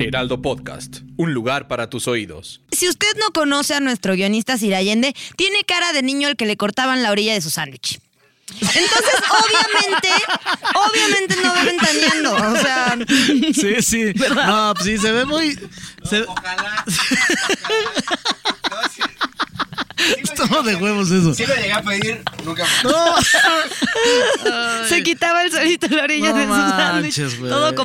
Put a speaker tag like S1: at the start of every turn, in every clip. S1: Heraldo Podcast, un lugar para tus oídos.
S2: Si usted no conoce a nuestro guionista Sirayende, tiene cara de niño al que le cortaban la orilla de su sándwich. Entonces, obviamente, obviamente no va ventaneando. O sea,
S3: Sí, sí. No, pues sí, se ve muy. se-
S4: Ojalá. ojalá. No, sí,
S3: Estamos de huevos eso.
S4: sí lo llegué a pedir, nunca.
S3: No.
S2: se quitaba el solito la orilla
S3: No
S2: de su sándwich.
S3: manches, güey.
S2: Todo como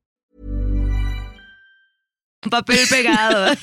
S2: papel pegado.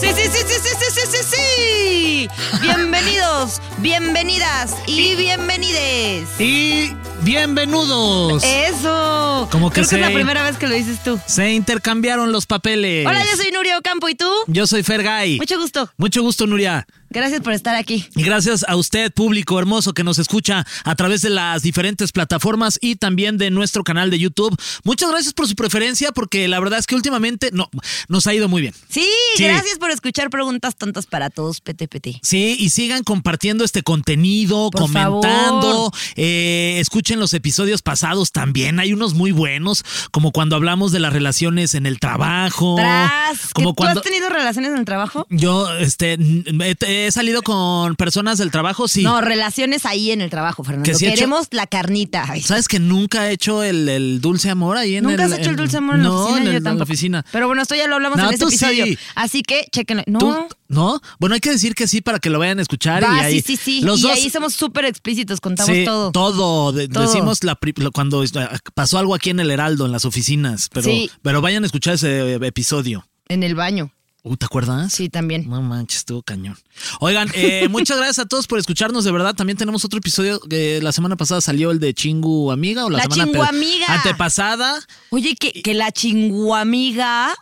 S2: Sí, sí, sí, sí, sí, sí, sí, sí, sí. Bienvenidos, bienvenidas y bienvenides.
S3: Y bienvenidos.
S2: Eh. Eso.
S3: Como
S2: Creo
S3: que
S2: que es
S3: se-
S2: la primera vez que lo dices tú.
S3: Se intercambiaron los papeles.
S2: Hola, yo soy Nuria Ocampo y tú.
S3: Yo soy Fergay.
S2: Mucho gusto.
S3: Mucho gusto, Nuria.
S2: Gracias por estar aquí.
S3: Y gracias a usted, público hermoso que nos escucha a través de las diferentes plataformas y también de nuestro canal de YouTube. Muchas gracias por su preferencia, porque la verdad es que últimamente no, nos ha ido muy bien.
S2: Sí,
S3: Sí.
S2: gracias por escuchar preguntas tontas para todos, PTPT.
S3: Sí, y sigan compartiendo este contenido,
S2: Por
S3: comentando,
S2: favor.
S3: eh, escuchen los episodios pasados también, hay unos muy buenos, como cuando hablamos de las relaciones en el trabajo,
S2: Tras, que
S3: como
S2: ¿tú
S3: cuando
S2: has tenido relaciones en el trabajo?
S3: yo este n- he, he salido con personas del trabajo, sí.
S2: No, relaciones ahí en el trabajo, Fernando.
S3: Que sí he hecho-
S2: Queremos la carnita. Ay,
S3: ¿Sabes que nunca he hecho el, el dulce amor ahí en
S2: Nunca
S3: el-
S2: has hecho el dulce amor en la
S3: No,
S2: oficina,
S3: en, el-
S2: yo
S3: en la
S2: tampoco.
S3: oficina.
S2: Pero bueno, esto ya lo hablamos
S3: No,
S2: en este
S3: tú sí.
S2: episodio. Así que chequenlo. No.
S3: ¿Tú- ¿No? Bueno, hay que decir que sí para que lo vayan a escuchar
S2: Va,
S3: y ahí
S2: sí, sí, sí.
S3: los
S2: y
S3: dos
S2: ahí somos súper explícitos, contamos
S3: Sí,
S2: todo.
S3: de-
S2: Todo.
S3: Decimos la, pri- lo- cuando est- pasó algo aquí en el Heraldo, en las oficinas. Pero,
S2: Sí.
S3: pero vayan a escuchar ese eh, episodio.
S2: En el baño.
S3: Uh, ¿Te acuerdas?
S2: Sí, también.
S3: No manches, estuvo cañón. Oigan, eh, muchas gracias a todos por escucharnos. De verdad, también tenemos otro episodio. que la semana pasada salió el de Chingu Amiga o la,
S2: La
S3: semana
S2: Chingu
S3: pe-
S2: Amiga.
S3: antepasada.
S2: Oye, que, que la chinguamiga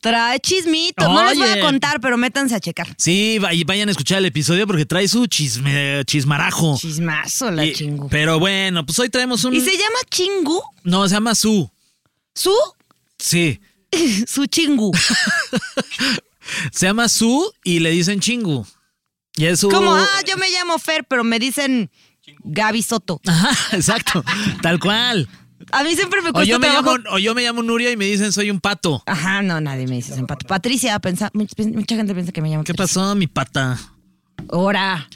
S2: trae chismitos. No les voy
S3: Oye.
S2: a contar, pero métanse a checar.
S3: Sí, va- y vayan a escuchar el episodio porque trae su chisme, chismarajo.
S2: Chismazo la
S3: Y-
S2: chingu.
S3: pero bueno, pues hoy traemos un.
S2: ¿Y se llama chingu?
S3: No, se llama Su.
S2: ¿Su?
S3: Sí.
S2: Su chingu.
S3: Se llama Su y le dicen Chingu. Y es su.
S2: Como, ah, yo me llamo Fer, pero me dicen Gaby Soto.
S3: Ajá, exacto. Tal cual.
S2: A mí siempre me
S3: O
S2: cuesta
S3: yo me,
S2: trabajo.
S3: llamo, o yo me llamo Nuria y me dicen soy un pato.
S2: Ajá, no, nadie me dice ese empato. Patricia, pensa- mucha, mucha gente piensa que me llamo
S3: ¿Qué
S2: Patricia.
S3: pasó, mi pata?
S2: Ahora.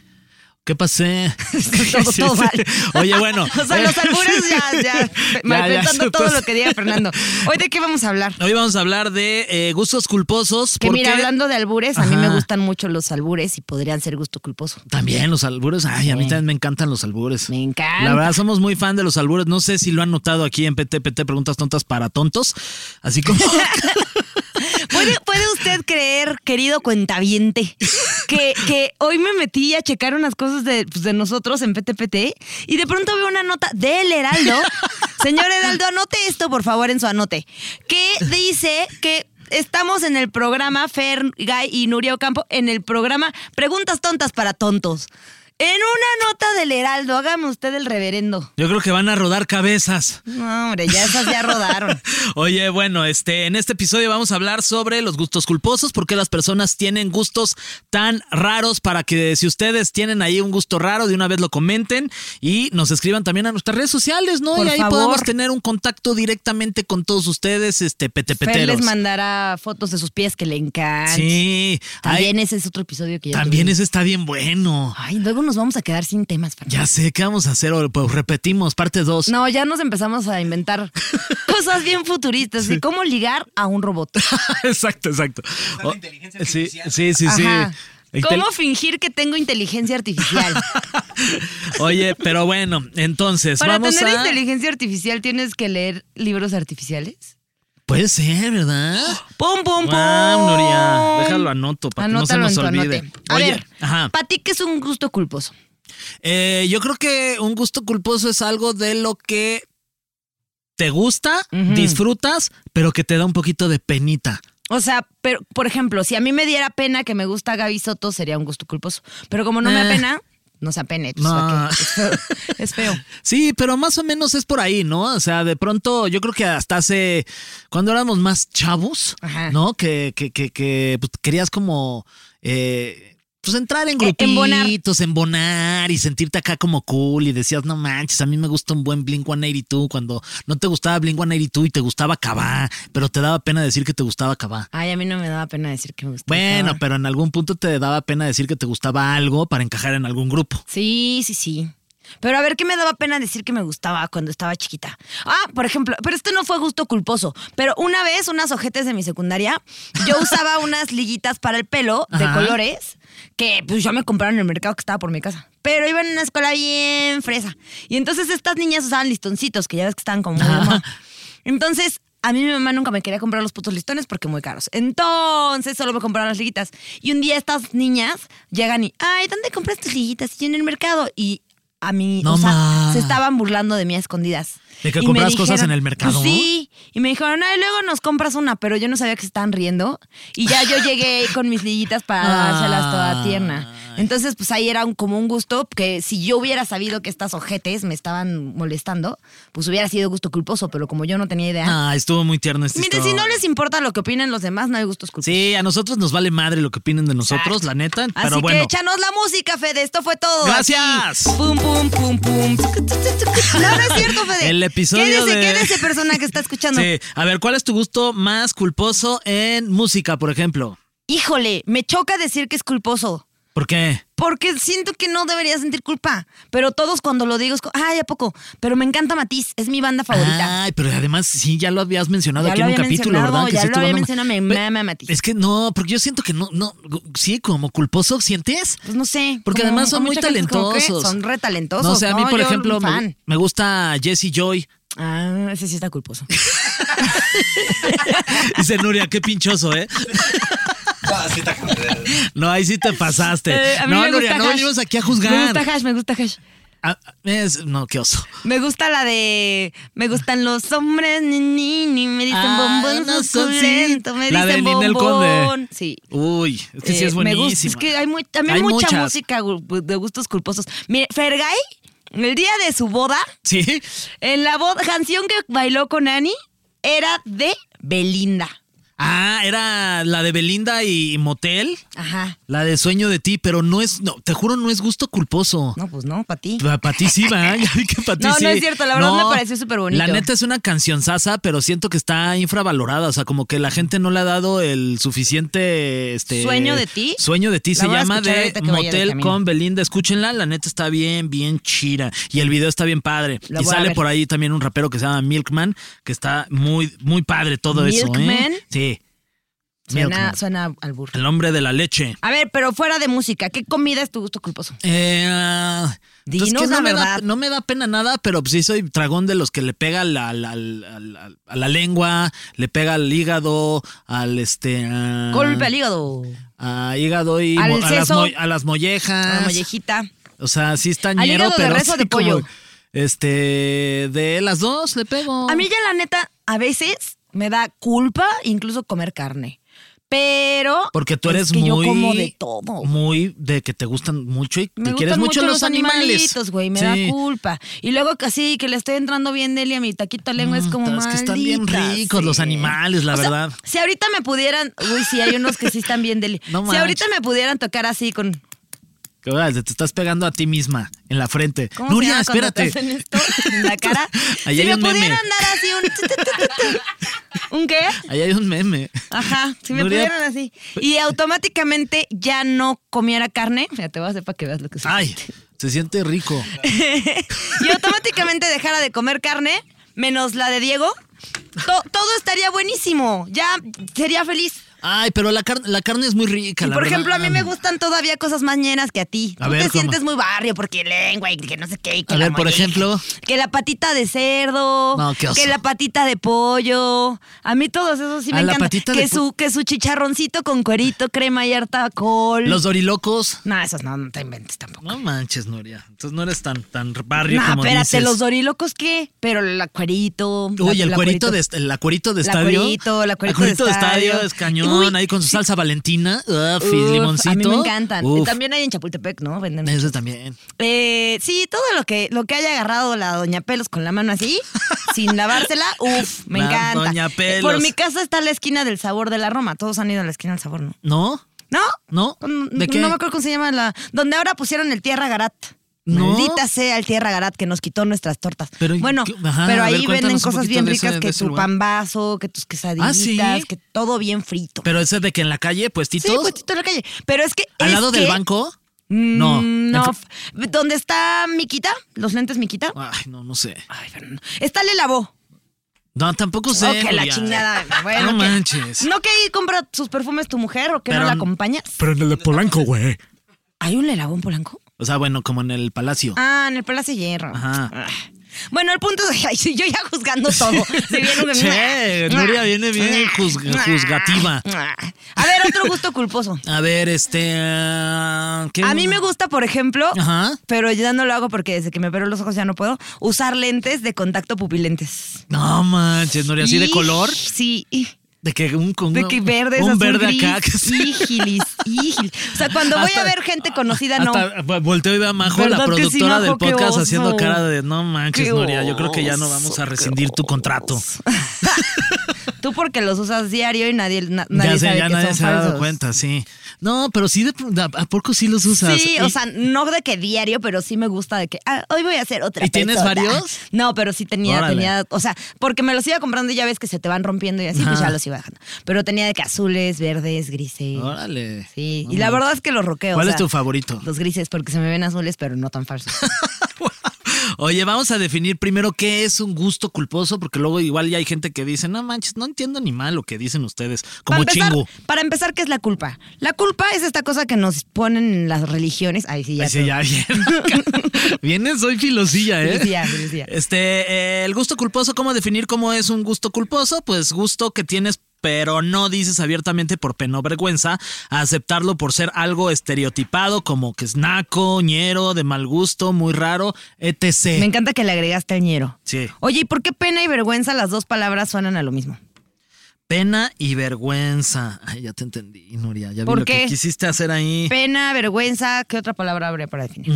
S3: ¿Qué pasé?
S2: Todo, todo mal.
S3: Oye, bueno. eh,
S2: o sea, los albures ya, ya, malpensando
S3: ya,
S2: todo
S3: pues.
S2: lo que diga Fernando. Hoy, ¿de qué vamos a hablar?
S3: Hoy vamos a hablar de eh, gustos culposos.
S2: Que
S3: porque
S2: mira, hablando de albures, a mí
S3: Ajá.
S2: me gustan mucho los albures y podrían ser gusto culposo.
S3: También los albures. Ay, a mí también me encantan los albures.
S2: Me encanta.
S3: La verdad, somos muy fan de los albures. No sé si lo han notado aquí en PTPT, Preguntas Tontas para Tontos. Así como...
S2: ¿Puede, puede usted creer, querido cuentaviente, que, que hoy me metí a checar unas cosas de, pues, de nosotros en PTPT y de pronto veo una nota del Heraldo? Señor Heraldo, anote esto, por favor, en su anote. Que dice que estamos en el programa Fer, Guy y Nuria Ocampo, en el programa Preguntas Tontas para Tontos. En una nota del Heraldo, hágame usted el reverendo.
S3: Yo creo que van a rodar cabezas.
S2: No, hombre, ya esas ya rodaron.
S3: Oye, bueno, este, en este episodio vamos a hablar sobre los gustos culposos, por qué las personas tienen gustos tan raros, para que si ustedes tienen ahí un gusto raro, de una vez lo comenten y nos escriban también a nuestras redes sociales, ¿no?
S2: Por
S3: y ahí
S2: favor.
S3: podemos tener un contacto directamente con todos ustedes, este,
S2: Fer
S3: petepeteros.
S2: les mandará fotos de sus pies que le encantan.
S3: sí,
S2: También
S3: Ay,
S2: ese es otro episodio que ya
S3: también
S2: tuvimos.
S3: ese está bien bueno.
S2: Ay, luego nos vamos a quedar sin temas, Fernando.
S3: Ya sé, ¿qué vamos a hacer? O, Pues repetimos, parte 2.
S2: No, ya nos empezamos a inventar cosas bien futuristas de cómo ligar a un robot.
S3: exacto, exacto. O-
S4: inteligencia
S3: sí,
S4: artificial.
S3: sí, sí, sí.
S2: Ajá.
S3: Intel-
S2: ¿Cómo fingir que tengo inteligencia artificial?
S3: Pues Oye, pero bueno, entonces
S2: Para
S3: vamos
S2: tener este
S3: a.
S2: inteligencia artificial tienes que leer libros artificiales.
S3: Puede ser, ¿verdad?
S2: ¡Pum, pum, pum!
S3: Wow, Nuria, déjalo anoto para que no se
S2: Anótalo
S3: nos
S2: en tu
S3: olvide.
S2: anote. A
S3: Oye,
S2: ver,
S3: ajá.
S2: ¿para ti qué es un gusto culposo?
S3: Eh, yo creo que un gusto culposo es algo de lo que te gusta,
S2: Ujú.
S3: disfrutas, pero que te da un poquito de penita.
S2: O sea, pero, por ejemplo, si a mí me diera pena que me gusta Gaby Soto, sería un gusto culposo. Pero como no me
S3: Eh.
S2: apena, no se apene. pues,
S3: No.
S2: ¿pa' qué? Es feo. Es feo.
S3: Sí, pero más o menos es por ahí, ¿no? O sea, de pronto yo creo que hasta hace, cuando éramos más chavos,
S2: Ajá.
S3: ¿no? Que, que, que, que, pues, querías como, eh, pues entrar en
S2: Eh, embonar.
S3: grupitos, embonar y sentirte acá como cool y decías, no manches, a mí me gusta un buen Blink 182 cuando no te gustaba Blink 182 y te gustaba Cabá, pero te daba pena decir que te gustaba Cabá.
S2: Ay, a mí no me daba pena decir que me gusta.
S3: Bueno,
S2: Cabá.
S3: pero en algún punto te daba pena decir que te gustaba algo para encajar en algún grupo.
S2: Sí, sí, sí. Pero a ver, ¿qué me daba pena decir que me gustaba cuando estaba chiquita? Ah, por ejemplo, pero este no fue gusto culposo. Pero una vez, unas ojetes de mi secundaria, yo usaba unas liguitas para el pelo de
S3: Ajá.
S2: colores que pues yo me compraron en el mercado que estaba por mi casa. Pero iban en una escuela bien fresa. Y entonces estas niñas usaban listoncitos, que ya ves que estaban como muy de moda. Entonces, a mí mi mamá nunca me quería comprar los putos listones porque muy caros. Entonces, solo me compraron las liguitas. Y un día estas niñas llegan y, ay, ¿dónde compras tus liguitas? Y yo en el mercado. Y a mí,
S3: No
S2: o sea,
S3: ma.
S2: se estaban burlando de mí a escondidas.
S3: ¿De que
S2: Y me
S3: compras cosas
S2: dijeron,
S3: en el mercado?
S2: "Pues sí. Y me dijeron, ay, luego nos compras una. Pero yo no sabía que se estaban riendo. Y ya yo llegué con mis liguitas para
S3: Ah.
S2: dárselas toda tierna. Entonces, pues ahí era un, como un gusto que si yo hubiera sabido que estas ojetes me estaban molestando, pues hubiera sido gusto culposo, pero como yo no tenía idea.
S3: Ah, estuvo muy tierno este
S2: Mire, si no les importa lo que opinen los demás, no hay gustos culposos.
S3: Sí, a nosotros nos vale madre lo que opinen de nosotros,
S2: Exacto.
S3: la neta.
S2: Así
S3: Pero
S2: que
S3: bueno.
S2: échanos la música, Fede. Esto fue todo.
S3: Gracias.
S2: aquí. Pum, pum, pum, pum. No, no es cierto, Fede.
S3: El episodio
S2: Quédese,
S3: de-
S2: quédese, persona que está escuchando.
S3: Sí, a ver, ¿cuál es tu gusto más culposo en música, por ejemplo?
S2: Híjole, me choca decir que es culposo.
S3: ¿Por qué?
S2: Porque siento que no debería sentir culpa. Pero todos cuando lo digo es como, ay, ¿a poco? Pero me encanta Matiz, es mi banda favorita.
S3: Ay, pero además sí, ya lo habías mencionado
S2: Ya
S3: aquí
S2: lo
S3: en un
S2: había
S3: capítulo,
S2: mencionado,
S3: ¿verdad?
S2: ya
S3: sí
S2: lo
S3: es tu
S2: había
S3: banda ma-
S2: mencionado, me
S3: Pe-
S2: mama Matiz.
S3: Es que no, porque yo siento que no, no, sí, como culposo sientes.
S2: Pues no sé.
S3: Porque
S2: como-
S3: además son
S2: como
S3: muy
S2: mucha gente es como, ¿qué?
S3: talentosos.
S2: Son re talentosos.
S3: No sé, a mí, por
S2: yo,
S3: ejemplo,
S2: un
S3: me,
S2: fan.
S3: me gusta Jesse Joy.
S2: Ah, ese sí está culposo.
S3: Este, Dice Nuria, qué pinchoso, ¿eh?
S4: Ah, sí está cabrón.
S3: No, ahí sí te pasaste.
S2: Eh, a mí
S3: no,
S2: me
S3: Nuria,
S2: gusta
S3: no
S2: Hash.
S3: venimos aquí a
S2: Me
S3: juzgar.
S2: gusta Hash, me gusta Hash.
S3: Ah, es- no, qué oso.
S2: Me gusta la de me gustan los hombres ni ni ni me dicen
S3: Ah,
S2: bombón
S3: no son- sí.
S2: suculento, me
S3: La de
S2: dicen
S3: Ninel Conde.
S2: bombón. Sí.
S3: Uy, es que sí
S2: Eh,
S3: es
S2: me
S3: buenísimo.
S2: gusta, es que hay, muy- también mucha música gu- de gustos culposos. Mire, Fergay, el día de su boda,
S3: Sí.
S2: en la boda, canción que bailó con Ani era de Belinda.
S3: Ah, era la de Belinda y Motel,
S2: Ajá.
S3: la de Sueño de ti, pero no es, no, te juro, no es gusto culposo.
S2: No, pues no, para ti.
S3: Pa- pa' ti sí, va, ya vi que pa' ti
S2: No, no
S3: sí.
S2: es cierto, la verdad me pareció superbonito.
S3: La neta es una canción sasa, pero siento que está infravalorada, o sea, como que la gente no le ha dado el suficiente este
S2: ¿Sueño de ti?
S3: Sueño de ti
S2: La
S3: se
S2: voy a
S3: llama
S2: escuchar
S3: de
S2: ahorita que vaya de
S3: Motel
S2: camino.
S3: con Belinda, escúchenla, la neta está bien bien chida y el video está bien padre.
S2: La
S3: y
S2: voy a
S3: sale
S2: ver.
S3: por ahí también un rapero que se llama Milkman, que está muy muy padre todo eso,
S2: ¿Milkman?
S3: ¿eh? Sí.
S2: Suena,
S3: Milkman.
S2: suena al burro.
S3: El hombre de la leche.
S2: A ver, pero fuera de música, ¿qué comida es tu gusto culposo?
S3: Eh,
S2: Dinos
S3: pues que no
S2: la
S3: me da,
S2: verdad.
S3: no me da pena nada, pero pues sí soy dragón de los que le pega la- la- la- la- a la lengua, le pega al hígado, al este... ah,
S2: Golpe al hígado,
S3: a hígado y
S2: Al
S3: mo- a, las
S2: seso.
S3: mo- a las mollejas.
S2: a la mollejita.
S3: O sea, sí está
S2: Al
S3: ñero,
S2: hígado de
S3: pero
S2: res o
S3: así
S2: de
S3: como,
S2: pollo.
S3: Este, de las dos le pego.
S2: A mí ya la neta, a veces me da culpa incluso comer carne. Pero
S3: Porque tú
S2: es
S3: eres
S2: que
S3: muy...
S2: yo como de todo.
S3: Muy de que te gustan mucho y
S2: me
S3: te
S2: gustan
S3: quieres mucho, los animales.
S2: animalitos, güey, me
S3: Sí.
S2: da culpa. Y luego que así que le estoy entrando bien Delia, mi taquito de lengua es como
S3: Es que están bien
S2: "Maldita
S3: ricos los
S2: sea".
S3: animales, la
S2: O sea,
S3: verdad.
S2: si ahorita me pudieran, uy, sí hay unos que sí están bien Delia.
S3: No
S2: si
S3: manches.
S2: ahorita me pudieran tocar así con
S3: Que ahora te estás pegando a ti misma en la frente.
S2: ¿Cómo se
S3: Nuria,
S2: llama cuando te
S3: espérate.
S2: hacen esto en la cara.
S3: Ahí
S2: si
S3: hay
S2: me
S3: un meme.
S2: pudieran dar así un ¿Un qué?
S3: Ahí hay un meme.
S2: Ajá, si me
S3: Nuria-
S2: pudieran así. Y automáticamente ya no comiera carne. Mira, te voy a hacer para que veas lo que soy.
S3: Ay, se siente rico.
S2: Y automáticamente dejara de comer carne, menos la de Diego. to- todo estaría buenísimo. Ya sería feliz.
S3: Ay, pero la, car- la carne es muy rica.
S2: Y
S3: la
S2: por
S3: verdad.
S2: ejemplo, a mí me gustan todavía cosas más ñeras que a ti.
S3: A
S2: Tú
S3: ver,
S2: te
S3: ¿cómo?
S2: sientes muy barrio porque lengua y que no sé qué. y que
S3: A
S2: la
S3: ver, por
S2: molleja,
S3: ejemplo.
S2: Que la patita de cerdo.
S3: No, qué oso.
S2: Que la patita de pollo. A mí todos esos sí
S3: Ah,
S2: me
S3: la
S2: encantan.
S3: patita de
S2: que,
S3: po-
S2: su, que su chicharroncito con cuerito, crema y harta col.
S3: Los dorilocos.
S2: No, esos no, no te inventes tampoco.
S3: No manches, Noria. Entonces no eres tan, tan barrio
S2: No,
S3: como
S2: espérate,
S3: dices.
S2: los dorilocos qué, pero la cuerito. la-
S3: Uy, el
S2: la
S3: cuerito de, est- el acuerito de
S2: La
S3: estadio.
S2: cuerito, la cuerito de
S3: Acuerito de estadio.
S2: estadio.
S3: es cañón.
S2: Uy,
S3: ahí con su salsa valentina. Uf, y
S2: Uf,
S3: limoncito.
S2: A mí me encantan.
S3: Uf,
S2: También hay en Chapultepec, ¿no? Venden
S3: Eso también.
S2: Eh, sí, todo lo que, lo que haya agarrado la Doña Pelos con la mano así, sin lavársela, uff, me
S3: La
S2: encanta. Eh,
S3: Doña Pelos.
S2: Por mi casa está la esquina del sabor de la Roma. Todos han ido a la esquina del sabor, ¿no?
S3: ¿No?
S2: ¿No?
S3: ¿No?
S2: Mm,
S3: ¿De qué?
S2: No me acuerdo cómo se llama la. Donde ahora pusieron el Tierra Garat.
S3: No.
S2: Maldita sea el Tierra Garat que nos quitó nuestras tortas.
S3: Pero,
S2: bueno,
S3: ¿qué? Ajá,
S2: pero
S3: a
S2: ahí
S3: ver,
S2: venden
S3: cuéntanos un
S2: cosas
S3: poquito
S2: bien
S3: de ese-
S2: ricas,
S3: de
S2: que
S3: ese
S2: tu
S3: lugar. Ah,
S2: pambazo, que tus quesadillas,
S3: ¿sí?
S2: que todo bien frito.
S3: Pero ese de que en la calle, puestitos.
S2: sí, puestito en la calle. Pero es que.
S3: ¿Al
S2: es
S3: lado del
S2: que-
S3: banco?
S2: Mm,
S3: No.
S2: No.
S3: Enfre-
S2: f- ¿Dónde está Miquita? ¿Los lentes Miquita?
S3: Ay, no, no sé.
S2: Ay, pero no. Está Le Lavó.
S3: No, tampoco sé.
S2: oh, que la
S3: Nuria.
S2: chingada. Bueno,
S3: No
S2: que-
S3: manches.
S2: ¿No que ahí compra sus perfumes tu mujer o que no
S3: Pero-
S2: la acompañas?
S3: Pero en el de Polanco, güey.
S2: ¿Hay un Le Lavó en Polanco?
S3: O sea, bueno, como en el palacio.
S2: Ah, en el Palacio de Hierro.
S3: Ajá.
S2: Ah. Bueno, el punto es ay, sí, yo ya juzgando todo. Se viene un- Ah.
S3: Che, Nuria viene bien juzg- juzgativa.
S2: A ver, otro gusto culposo.
S3: A ver, este. ah, ¿qué?
S2: A mí me gusta, por ejemplo,
S3: Ajá.
S2: pero ya no lo hago porque desde que me opero los ojos ya no puedo, usar lentes de contacto pupilentes.
S3: No manches, Nuria, así de
S2: Ij,
S3: color.
S2: Sí.
S3: De que un con
S2: De que verdes,
S3: un
S2: azul,
S3: verde
S2: gris,
S3: acá. que se-
S2: Híjilis, híjilis. O sea, cuando voy
S3: Hasta-
S2: a ver gente conocida, no.
S3: Hasta pues, volteo y veo a Majo, la
S2: ¿Verdad que sí,
S3: productora del
S2: Majo? Qué
S3: podcast,
S2: oso.
S3: haciendo cara de no manches,
S2: Qué
S3: Nuria. Yo creo que ya no
S2: oso,
S3: vamos a
S2: qué
S3: rescindir tu contrato.
S2: oso. Tú porque los usas diario y nadie, na- nadie
S3: ya sé,
S2: sabe
S3: ya
S2: que
S3: nadie
S2: son
S3: se ha
S2: falsos.
S3: dado cuenta, sí. No, pero sí, de, pr- ¿a poco sí los usas?
S2: Sí,
S3: Y-
S2: o sea, no de que diario, pero sí me gusta de que ah, hoy voy a hacer otra.
S3: ¿Y tienes
S2: persona.
S3: varios?
S2: No, pero sí tenía,
S3: Órale.
S2: tenía, o sea, porque me los iba comprando y ya ves que se te van rompiendo y así, pues
S3: Ajá.
S2: ya los iba dejando. Pero tenía de que azules, verdes, grises.
S3: Órale.
S2: Sí, y la verdad es que los roqueo.
S3: Ah. ¿Cuál
S2: o
S3: es
S2: sea,
S3: tu favorito?
S2: Los grises, porque se me ven azules, pero no tan falsos.
S3: Oye, vamos a definir primero qué es un gusto culposo, porque luego igual ya hay gente que dice, no manches, no entiendo ni mal lo que dicen ustedes, como
S2: para empezar,
S3: chingo.
S2: Para empezar, ¿qué es la culpa? La culpa es esta cosa que nos ponen en las religiones. Ay, sí, ya.
S3: Dice,
S2: todo.
S3: ya bien. Vienes, soy filosilla, ¿eh?
S2: Filosilla, filosilla.
S3: Este, eh, el gusto culposo, ¿cómo definir cómo es un gusto culposo? Pues gusto que tienes pero no dices abiertamente por pena o vergüenza aceptarlo por ser algo estereotipado como que es naco, ñero, de mal gusto, muy raro, etc.
S2: Me encanta que le agregaste al ñero.
S3: Sí.
S2: Oye, ¿y por qué pena y vergüenza las dos palabras suenan a lo mismo?
S3: Pena y vergüenza. Ay, ya te entendí, Nuria. Ya vi
S2: ¿Por
S3: lo que
S2: qué?
S3: quisiste hacer ahí.
S2: Pena, vergüenza, ¿qué otra palabra habría para definir?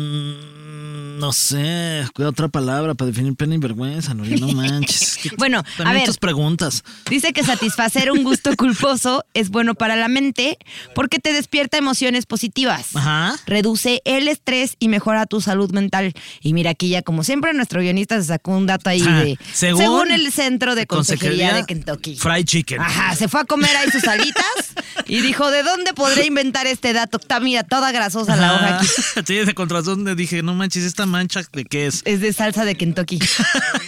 S3: Mm, no sé, ¿cuál otra palabra para definir pena y vergüenza, Nuria? No manches. ¿Qué-
S2: Bueno,
S3: también
S2: a ver.
S3: tus preguntas.
S2: Dice que satisfacer un gusto culposo es bueno para la mente porque te despierta emociones positivas.
S3: Ajá.
S2: Reduce el estrés y mejora tu salud mental. Y mira, aquí ya, como siempre, nuestro guionista se sacó un dato ahí
S3: Ah,
S2: de.
S3: según-
S2: el Centro de Consejería, de Kentucky. Ah,
S3: Fried chicken.
S2: Ajá, se fue a comer ahí sus alitas y dijo: ¿De dónde podré inventar este dato? Está, mira, toda grasosa la hoja aquí.
S3: Sí, de contrazón le dije, no manches, esta mancha de qué es.
S2: Es de salsa de Kentucky.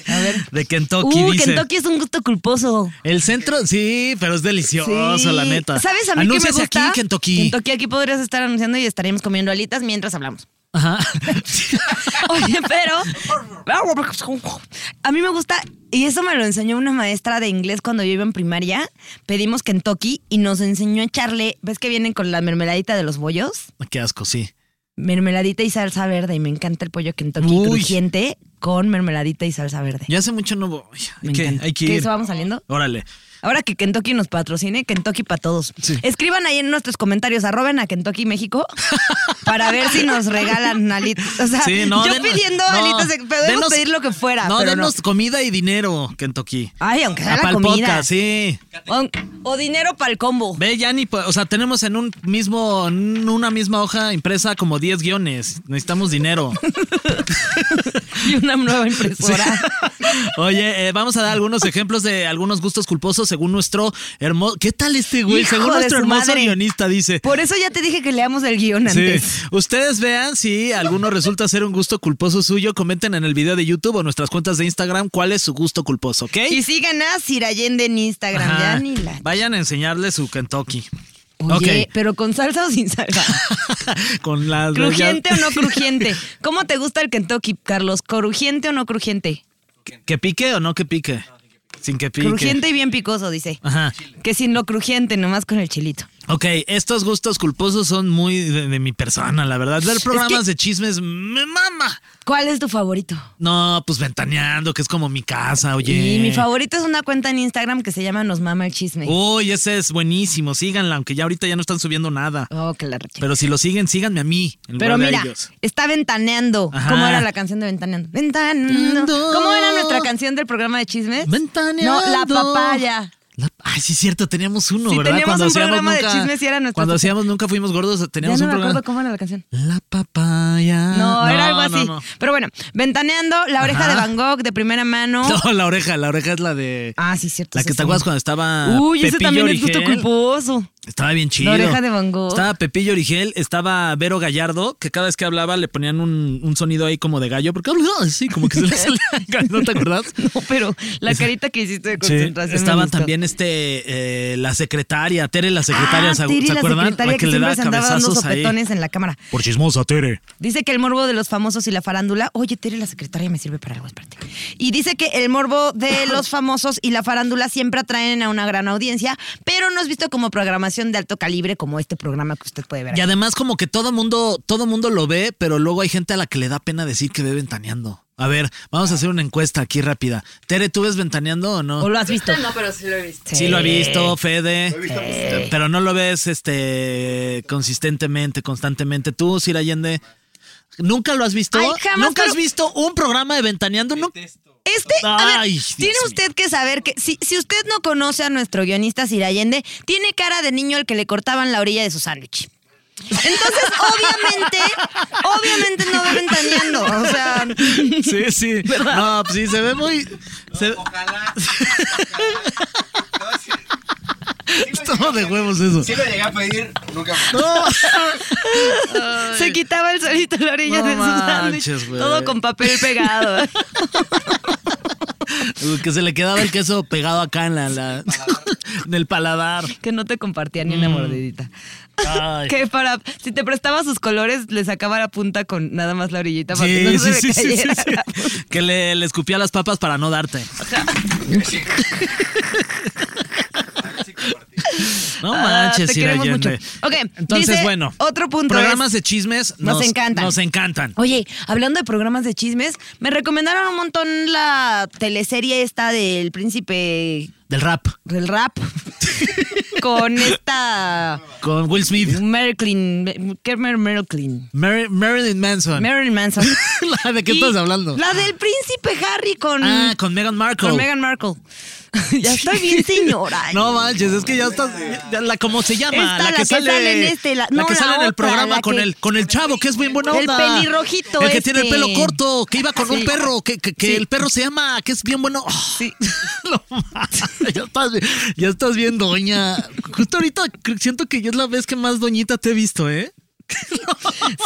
S2: A ver.
S3: De Kentucky,
S2: Uh,
S3: dice.
S2: Kentucky es un gusto culposo.
S3: El centro, sí, pero es delicioso,
S2: Sí.
S3: la neta.
S2: ¿Sabes a mí qué me
S3: Anúnciase
S2: gusta?
S3: aquí, Kentucky.
S2: Kentucky, aquí podrías estar anunciando y estaríamos comiendo alitas mientras hablamos.
S3: Ajá.
S2: Oye, pero a mí me gusta y eso me lo enseñó una maestra de inglés cuando yo iba en primaria. Pedimos Kentucky y nos enseñó a echarle, ¿ves que vienen con la mermeladita de los bollos?
S3: qué asco, sí.
S2: Mermeladita y salsa verde y me encanta el pollo Kentucky
S3: Uy.
S2: crujiente con mermeladita y salsa verde.
S3: Ya hace mucho no voy.
S2: Me
S3: Hay que,
S2: encanta.
S3: hay que
S2: ¿Qué,
S3: ir.
S2: eso vamos saliendo?
S3: Órale.
S2: Ahora que Kentucky nos patrocine, Kentucky para todos.
S3: Sí.
S2: Escriban ahí en nuestros comentarios, arroben a Kentucky México para ver si nos regalan alitas. O sea,
S3: Sí, no.
S2: yo
S3: den-
S2: pidiendo
S3: no,
S2: alitas, de- podemos
S3: denos-
S2: pedir lo que fuera.
S3: No,
S2: pero
S3: denos comida y dinero, Kentucky. Ah,
S2: Ay, aunque sea la
S3: Pa'l
S2: comida.
S3: podcast, sí.
S2: O, o dinero para el combo.
S3: Ve, ya ni, po- o sea, tenemos en un mismo, en una misma hoja impresa como 10 guiones. Necesitamos dinero.
S2: Y una nueva impresora.
S3: Oye, eh, vamos a dar algunos ejemplos de algunos gustos culposos según nuestro hermoso. ¿Qué tal este güey?
S2: Hijo
S3: según
S2: de
S3: nuestro
S2: su
S3: hermoso
S2: madre.
S3: guionista, dice.
S2: Por eso ya te dije que leamos el guión antes.
S3: Sí. Ustedes vean si alguno resulta ser un gusto culposo suyo. Comenten en el video de YouTube o nuestras cuentas de Instagram cuál es su gusto culposo, ¿ok?
S2: Y sigan a Sirayende en Instagram.
S3: Ajá.
S2: Ya ni la.
S3: Vayan a enseñarle su Kentucky.
S2: Oye,
S3: Ok.
S2: pero con salsa o sin salsa.
S3: Con las
S2: ¿Crujiente o no crujiente? ¿Cómo te gusta el Kentucky, Carlos? ¿Crujiente o no crujiente?
S3: ¿Que pique o no que pique? Sin que Ah. pique.
S2: Crujiente y bien picoso, dice.
S3: Ajá.
S2: Que sin lo crujiente, nomás con el chilito.
S3: Ok, estos gustos culposos son muy de, de mi persona, la verdad. Ver programas de chismes me mama.
S2: ¿Cuál es tu favorito?
S3: No, pues ventaneando, que es como mi casa, oye.
S2: Y mi favorito es una cuenta en Instagram que se llama Nos Mama el Chisme.
S3: Uy, ese es buenísimo. Síganla, aunque ya ahorita ya no están subiendo nada.
S2: Oh, que la reche.
S3: Pero si lo siguen, síganme a mí. en
S2: Pero
S3: lugar de a
S2: mira,
S3: ellos.
S2: está ventaneando.
S3: Ajá.
S2: ¿Cómo era la canción de Ventaneando? Ventaneando.
S3: Ando.
S2: ¿Cómo era nuestra canción del programa de chismes?
S3: Ventaneando.
S2: No, la papaya.
S3: La- Ay, sí, cierto, teníamos uno,
S2: Sí,
S3: ¿verdad?
S2: teníamos un
S3: hacíamos
S2: programa de chismes y era nuestro
S3: Cuando
S2: top.
S3: hacíamos Nunca Fuimos Gordos,
S2: Ya
S3: teníamos
S2: no
S3: un
S2: me
S3: programa.
S2: acuerdo cómo era la canción.
S3: La papaya.
S2: No, era algo así.
S3: Mm, No,
S2: Pero bueno, ventaneando, la oreja de
S3: Ajá.
S2: Van Gogh de primera mano.
S3: No, la oreja, la oreja es la de.
S2: Ah, sí, cierto.
S3: La
S2: sí,
S3: que te
S2: sí.
S3: acuerdas cuando estaba.
S2: Uy, ese
S3: Pepillo
S2: también es
S3: Origel.
S2: gusto culposo.
S3: Estaba bien chido.
S2: oreja de Van Gogh.
S3: Estaba Pepillo Origel, estaba Vero Gallardo, que cada vez que hablaba le ponían un, un sonido ahí como de gallo, porque sí, como que se le salía. ¿No te acuerdas?
S2: No, pero la carita que hiciste de
S3: Sí,
S2: concentración. me
S3: estaba
S2: gustó.
S3: también este eh, la secretaria, Tere la secretaria,
S2: Ah,
S3: ¿se,
S2: Tiri,
S3: se
S2: la
S3: acuerdan?
S2: secretaria
S3: la que, le
S2: siempre
S3: da
S2: se andaba dando
S3: cabezazos ahí.
S2: sopetones en la cámara.
S3: Por chismosa, Tere.
S2: Dice que el morbo de los famosos y la farándula. Oye, Tere, la secretaria me sirve para algo, espérate. Y dice que el morbo de los famosos y la farándula siempre atraen a una gran audiencia, pero no es visto como programación de alto calibre como este programa que usted puede ver.
S3: Y
S2: aquí.
S3: además como que todo mundo, todo mundo lo ve, pero luego hay gente a la que le da pena decir que ve ventaneando. A ver, vamos a hacer una encuesta aquí rápida. Tere, ¿tú ves ventaneando o no?
S2: ¿O lo has visto?
S5: No, pero sí lo he visto.
S3: Sí lo ha visto, Fede. Pero no lo ves este consistentemente, constantemente. Tú, Sir Allende, ¿nunca lo has visto?
S2: Ay, jamás,
S3: ¿Nunca has
S2: pero-
S3: visto un programa de ventaneando? ¿No?
S2: Este, a ver,
S3: Ay, Dios
S2: tiene
S3: mío.
S2: usted que saber que si, si usted no conoce a nuestro guionista Sirayende, tiene cara de niño al que le cortaban la orilla de su sándwich. Entonces, obviamente, obviamente no va ventaneando. O sea,
S3: Sí, sí. No, pues sí, se ve muy. se-
S4: Ojalá. ojalá. No, sí,
S3: Todo de huevos eso.
S4: sí lo llegué a pedir, nunca.
S3: No.
S2: se quitaba el solito la orilla
S3: No
S2: de su
S3: manches,
S2: sándwich.
S3: güey.
S2: Todo con papel pegado.
S3: Que se le quedaba el queso pegado acá en la, la- en el paladar.
S2: que no te compartía ni una mordidita.
S3: Mm. Ay.
S2: Que para, si te prestaba sus colores, le sacaba la punta con nada más la orillita para que
S3: Sí,
S2: no
S3: sí,
S2: se
S3: sí,
S2: le
S3: sí, sí,
S2: cayera
S3: sí.
S2: la
S3: Que le, le escupía las papas para no darte.
S4: Sí.
S3: No
S2: Ah,
S3: manches,
S2: te
S3: Sir
S2: queremos
S3: Allende.
S2: mucho. Ok,
S3: entonces
S2: dice,
S3: bueno.
S2: otro punto
S3: Programas
S2: es-
S3: de chismes
S2: nos encantan.
S3: Nos encantan.
S2: Oye, hablando de programas de chismes, me recomendaron un montón la teleserie esta del príncipe
S3: Del rap.
S2: del rap con esta
S3: Con Will Smith.
S2: Merklin, Kermer Merklin.
S3: Mary- Marilyn Manson.
S2: Marilyn Manson.
S3: La de qué
S2: Y
S3: estás hablando.
S2: La del príncipe Harry con,
S3: Ah, con Meghan Markle.
S2: con Meghan Markle. ya estoy bien señora.
S3: No manches, es que ya estás. ya la, ¿Cómo se llama?
S2: Esta, la que sale en este, la-
S3: la,
S2: no,
S3: que
S2: la
S3: sale en el
S2: otra,
S3: programa
S2: la
S3: con,
S2: que-
S3: el, con el chavo, que es muy buena
S2: El
S3: onda.
S2: pelirrojito
S3: El que tiene el
S2: este.
S3: pelo corto, que iba con un
S2: Sí.
S3: perro, que, que- que
S2: Sí.
S3: el perro se llama, que es bien bueno.
S2: Sí.
S3: Lo más. ya, estás, bien- ya estás bien, doña. Justo ahorita cre- siento que yo es la vez que más doñita te he visto, ¿eh?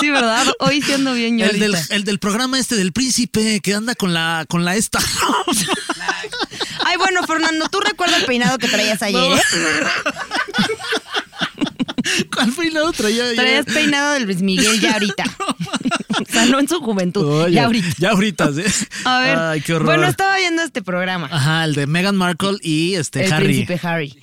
S2: Sí, ¿verdad? Hoy siendo bien
S3: El del,
S2: ñorita.
S3: el del programa este del príncipe que anda con la, con la esta.
S2: Ay, bueno, Fernando, tú recuerdas el peinado que traías ayer, ¿eh?
S3: ¿Cuál peinado traía? yo?
S2: Traías peinado de Luis Miguel ya ahorita. o sea, no en su juventud,
S3: Oye,
S2: ya ahorita.
S3: Ya ahorita, sí.
S2: A ver.
S3: Ay, qué horror.
S2: Bueno, estaba viendo este programa.
S3: Ajá, el de Meghan Markle y este
S2: el
S3: Harry.
S2: príncipe Harry.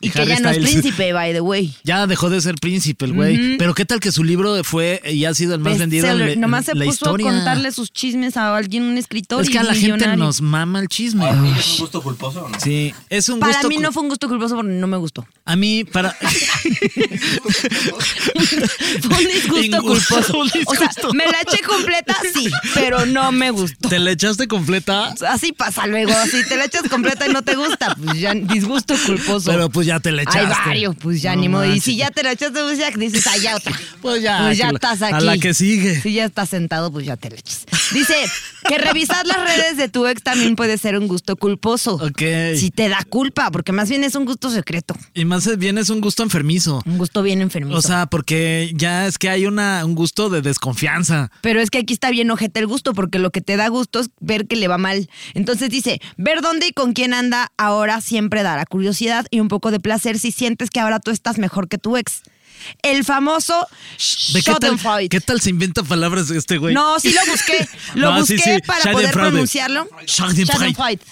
S2: Y, que
S3: Harry
S2: ya no es
S3: Styles.
S2: príncipe, by the way.
S3: Ya dejó de ser príncipe el güey. Pero qué tal que su libro fue y ha sido el más vendido en,
S2: Bestseller.
S3: le-
S2: Nomás se
S3: la
S2: puso
S3: historia.
S2: a contarle sus chismes a alguien, un escritor.
S3: es que
S2: y
S3: a la gente
S2: millonario.
S3: nos mama el chisme.
S4: ¿Es un gusto culposo o no?
S3: Sí, es un
S2: Para
S3: gusto.
S2: mí
S3: cu-
S2: no fue un gusto culposo porque no me gustó.
S3: A mí, para.
S2: Fue un disgusto
S3: Ingu-
S2: culposo.
S3: un
S2: O sea,
S3: disgusto.
S2: me la eché completa, sí, pero no me gustó.
S3: ¿Te la echaste completa?
S2: Así pasa luego, si te la echas completa y no te gusta, pues ya disgusto culposo.
S3: Pero pues ya te la echaste.
S2: Hay varios, pues ya
S3: No
S2: ni modo. Y
S3: manches.
S2: si ya te la echaste, pues ya dices, allá otra.
S3: Pues ya,
S2: Pues ya
S3: que la-
S2: estás
S3: a
S2: aquí.
S3: la que sigue.
S2: Si ya estás sentado, pues ya te la echas. Dice que revisar las redes de tu ex también puede ser un gusto culposo.
S3: Ok.
S2: Si te da culpa, porque más bien es un gusto secreto.
S3: Y más bien es un gusto enfermizo.
S2: Un gusto bien enfermizo.
S3: O sea, porque ya es que hay una, un gusto de desconfianza.
S2: Pero es que aquí está bien ojete el gusto, porque lo que te da gusto es ver que le va mal. Entonces dice, ver dónde y con quién anda ahora siempre dará curiosidad y un poco de placer si sientes que ahora tú estás mejor que tu ex. El famoso
S3: ¿De qué, tal,
S2: Schadenfreude.
S3: ¿Qué tal se inventa palabras este güey?
S2: No, sí lo busqué. Lo
S3: No, sí,
S2: busqué
S3: sí.
S2: para poder
S3: Schadenfreude.
S2: pronunciarlo.
S3: Schadenfreude.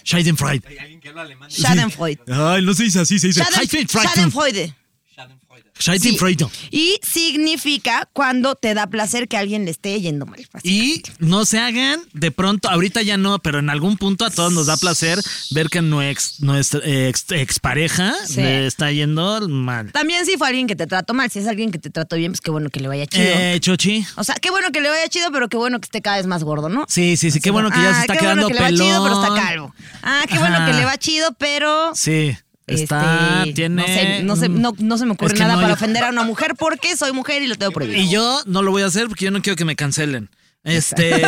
S2: Schadenfreude.
S3: Schadenfreude.
S4: Hay alguien que habla alemán.
S2: Schadenfreude.
S3: Ay, no se dice así, se dice
S2: Schaden-
S3: Schadenfreude.
S2: Schadenfreude.
S4: Schadenfreude.
S2: Sí.
S3: Schadenfreude.
S2: Y significa cuando te da placer que a alguien le esté yendo mal.
S3: Y no se hagan, de pronto, ahorita ya no, pero en algún punto a todos nos da placer ver que nues- nuestra ex, expareja
S2: Sí.
S3: le está yendo mal.
S2: También si fue alguien que te trató mal, si es alguien que te trató bien, pues qué bueno que le vaya chido.
S3: Eh, Chochi.
S2: O sea, qué bueno que le vaya chido, pero qué bueno que esté cada vez más gordo, ¿no?
S3: Sí, sí, sí, qué
S2: Así
S3: bueno
S2: de,
S3: que ya se
S2: "Ah,
S3: está
S2: qué
S3: quedando
S2: bueno que le va chido, pero está
S3: pelón".
S2: calvo. Ah, qué bueno
S3: Ajá.
S2: que le va chido, pero...
S3: Sí, está,
S2: este,
S3: tiene...
S2: No sé, no, sé, no, no se me ocurre
S3: Es que
S2: nada
S3: no,
S2: para
S3: yo-
S2: ofender a una mujer porque soy mujer y lo tengo prohibido.
S3: Y yo no lo voy a hacer porque yo no quiero que me cancelen. Este.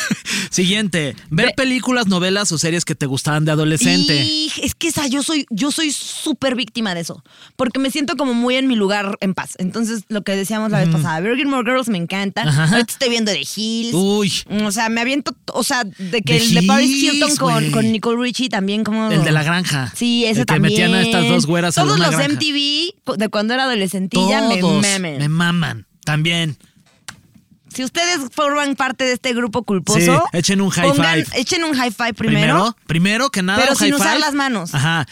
S3: Siguiente. Ver
S2: Ve-
S3: películas, novelas o series que te gustaban de adolescente.
S2: Y es que esa, yo soy, yo soy súper víctima de eso. Porque me siento como muy en mi lugar en paz. Entonces, lo que decíamos la vez pasada, Virgin More Girls me encanta.
S3: Ajá.
S2: Ahorita estoy viendo The Hills.
S3: Uy.
S2: O sea, me aviento, o sea, de que
S3: The
S2: el de Paris
S3: Hills,
S2: Hilton con,
S3: güey.
S2: con Nicole Richie también como...
S3: El de la granja.
S2: Sí, ese
S3: El que
S2: también.
S3: metían a estas dos güeras a
S2: Todos
S3: una
S2: los
S3: granja.
S2: MTV de cuando era adolescentilla
S3: Todos
S2: me memen.
S3: me maman. También.
S2: Si ustedes forman parte de este grupo culposo,
S3: Sí, echen un high
S2: pongan-
S3: five.
S2: Echen un high five
S3: Primero, primero que nada.
S2: Pero
S3: un
S2: sin
S3: high
S2: usar
S3: five.
S2: las manos.
S3: Ajá.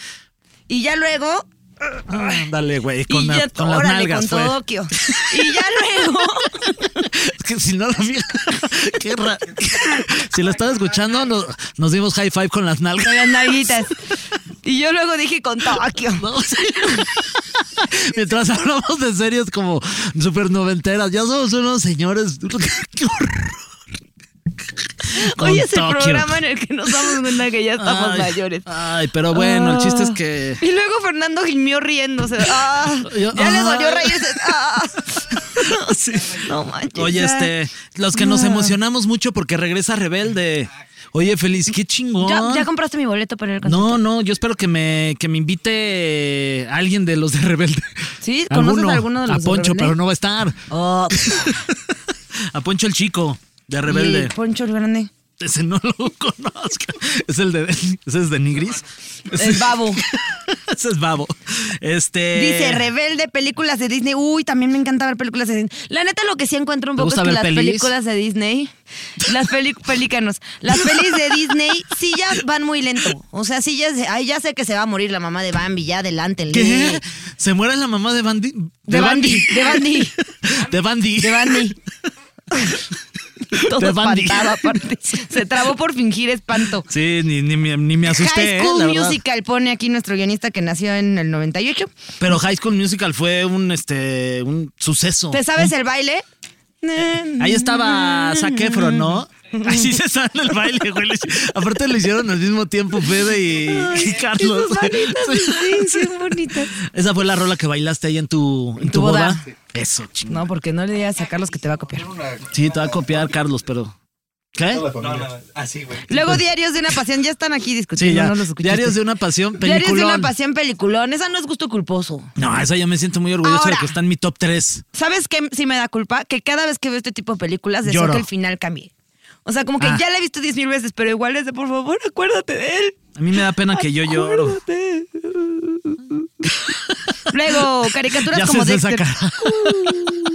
S2: y ya luego
S3: Ah, Dale, güey. Con,
S2: y
S3: la-
S2: ya,
S3: con las
S2: órale,
S3: nalgas
S2: con
S3: fue.
S2: Tokio. Y ya luego,
S3: Es que si no lo mira. Qué ra- Si lo estás escuchando, no- nos dimos high five con las nalgas.
S2: con las nalguitas. Y yo luego dije con Tokio.
S3: No, sí. Mientras hablamos de series como super noventeras, ya somos unos señores. Qué horror.
S2: Hoy es el
S3: Con Tokio.
S2: programa en el que nos damos cuenta que ya estamos
S3: Ay,
S2: mayores.
S3: Ay, pero bueno, el chiste es que.
S2: Ah. Y luego Fernando gimió riéndose. Ah,
S3: Yo-
S2: ya le
S3: ah.
S2: dolió reírse. Ah.
S3: Sí.
S2: No manches.
S3: Oye,
S2: Ah. ya.
S3: este, los que nos emocionamos mucho porque regresa Rebelde. Oye, Feliz, qué chingón.
S2: ¿Ya, ya compraste mi boleto para el concierto?
S3: no, no, yo espero que me, que me invite alguien de los de Rebelde.
S2: ¿Sí? ¿Conoces a alguno de los
S3: A
S2: de
S3: Poncho,
S2: Rebelde?
S3: pero no va a estar.
S2: Oh,
S3: A Poncho el Chico, de
S2: y
S3: Rebelde.
S2: Poncho el Grande.
S3: Ese no lo conozco. Es el de. Ese es de Nigris.
S2: El babo.
S3: Ese es babo. Este.
S2: Dice Rebelde, películas de Disney. Uy, también me encanta ver películas de Disney. La neta, lo que sí encuentro un
S3: ¿Te
S2: poco es
S3: gusta
S2: que
S3: ver
S2: las
S3: pelis?
S2: películas de Disney, las peli- pelícanos, las pelis de Disney sí ya van muy lento. O sea, sí ya, se- ay, ya sé que se va a morir la mamá de Bambi, ya adelante.
S3: ¿Qué? ¿Se muere la mamá de Bandy?
S2: De Bambi, de Bambi.
S3: De Bandy.
S2: De Bambi. Todo
S3: De Bambi.
S2: espantado, aparte. Se trabó por fingir espanto.
S3: Sí, ni, ni, me- ni me asusté.
S2: High
S3: eh,
S2: School
S3: la verdad.
S2: Musical pone aquí nuestro guionista que nació en el 98.
S3: Pero High School Musical fue un este un suceso.
S2: ¿Te sabes el baile?
S3: Eh, Ahí estaba Zac Efron, ¿no? Así se sabe el baile, güey. Aparte lo hicieron al mismo tiempo Fede y, y Carlos.
S2: Sus manitas,
S3: Sí.
S2: sí, sí, bonitas.
S3: Esa fue la rola que bailaste ahí en tu, en
S2: tu
S3: tu boda.
S2: boda.
S3: Eso, chingón.
S2: No, porque no le digas a Carlos que te va a copiar.
S3: Sí, te va a copiar Carlos, pero. ¿Qué?
S4: No, no, así, güey.
S2: Luego Diarios de una Pasión, ya están aquí discutiendo,
S3: Sí, ya.
S2: no los escuchaste.
S3: Diarios de una pasión, peliculón.
S2: Diarios de una Pasión peliculón, esa no es gusto culposo.
S3: No, esa ya me siento muy orgulloso
S2: Ahora.
S3: de que está en mi top 3.
S2: ¿Sabes qué sí me da culpa? Que cada vez que veo este tipo de películas deseo
S3: Lloro.
S2: que el final cambie. O sea, como que
S3: Ah.
S2: ya la he visto diez mil veces, pero igual es de por favor, acuérdate de él.
S3: A mí me da pena que yo lloro.
S2: Acuérdate. Luego, caricaturas
S3: Ya
S2: como
S3: se esa
S2: Dexter.
S3: cara.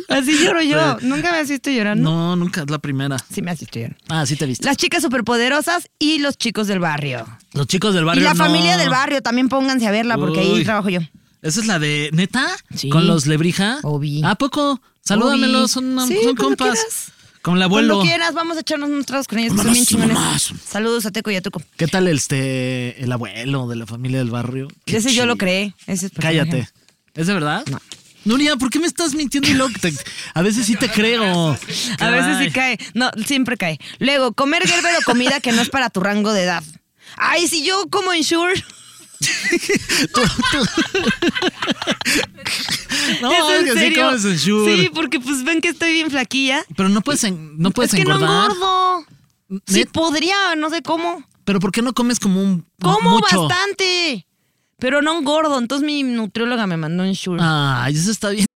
S2: Así lloro yo. Nunca me has visto llorando.
S3: No, nunca es la primera.
S2: Sí me has visto llorar.
S3: Ah, sí te viste.
S2: Las chicas superpoderosas y los chicos del barrio.
S3: Los chicos del barrio.
S2: y la
S3: no.
S2: familia del barrio, también pónganse a verla porque ahí
S3: Uy.
S2: trabajo yo.
S3: Esa es la de neta
S2: Sí.
S3: con los lebrija.
S2: Obi.
S3: ¿A poco? Salúdamelos, son,
S2: Obi. Sí,
S3: son
S2: cuando
S3: compas.
S2: quieras.
S3: Con el
S2: Cuando
S3: abuelo.
S2: quieras, vamos a echarnos unos tragos con ellos, que son
S3: Vámonos,
S2: bien chingones.
S3: vámonos.
S2: Saludos a Teco y a Tuco.
S3: ¿Qué tal este el abuelo de la familia del barrio? Qué
S2: Ese yo
S3: chido.
S2: lo creé. Ese es personaje.
S3: Cállate. ¿Es de verdad? No. Nuria, ¿por qué me estás mintiendo y luego te- a veces sí te creo?
S2: A veces sí cae. No, siempre cae. Luego, comer Gerber o comida que no es para tu rango de edad. Ay, si yo como en Shure,
S3: No,
S2: es en
S3: que sí
S2: serio.
S3: comes en Shure.
S2: Sí, porque pues ven que estoy bien flaquilla.
S3: Pero no puedes, en- no puedes
S2: es que
S3: engordar.
S2: no engordo. Sí
S3: Net-
S2: podría, no sé cómo.
S3: Pero ¿por qué no comes como un
S2: Como
S3: mucho?
S2: bastante. Pero no engordo. Entonces mi nutrióloga me mandó un Shure.
S3: Ah. Ay, eso está bien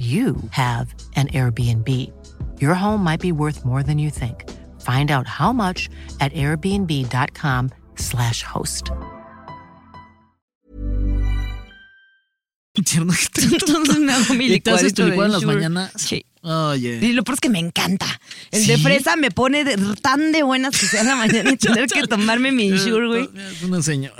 S5: you have an Airbnb. Your home might be worth more than you think. Find out how much at airbnb.com/slash host.
S3: tierno que te-
S2: Entonces me hago mi
S3: ¿Y te haces
S2: licuadito
S3: tu
S2: de
S3: licuado en las
S2: Shure.
S3: mañanas?
S2: Sí.
S3: Oye.
S2: Y lo peor es que me encanta. El de
S3: ¿Sí?
S2: fresa me pone de- tan de buenas que sea en la mañana y tener que tomarme mi
S3: Eh,
S2: Shure, güey.
S3: Es una señora.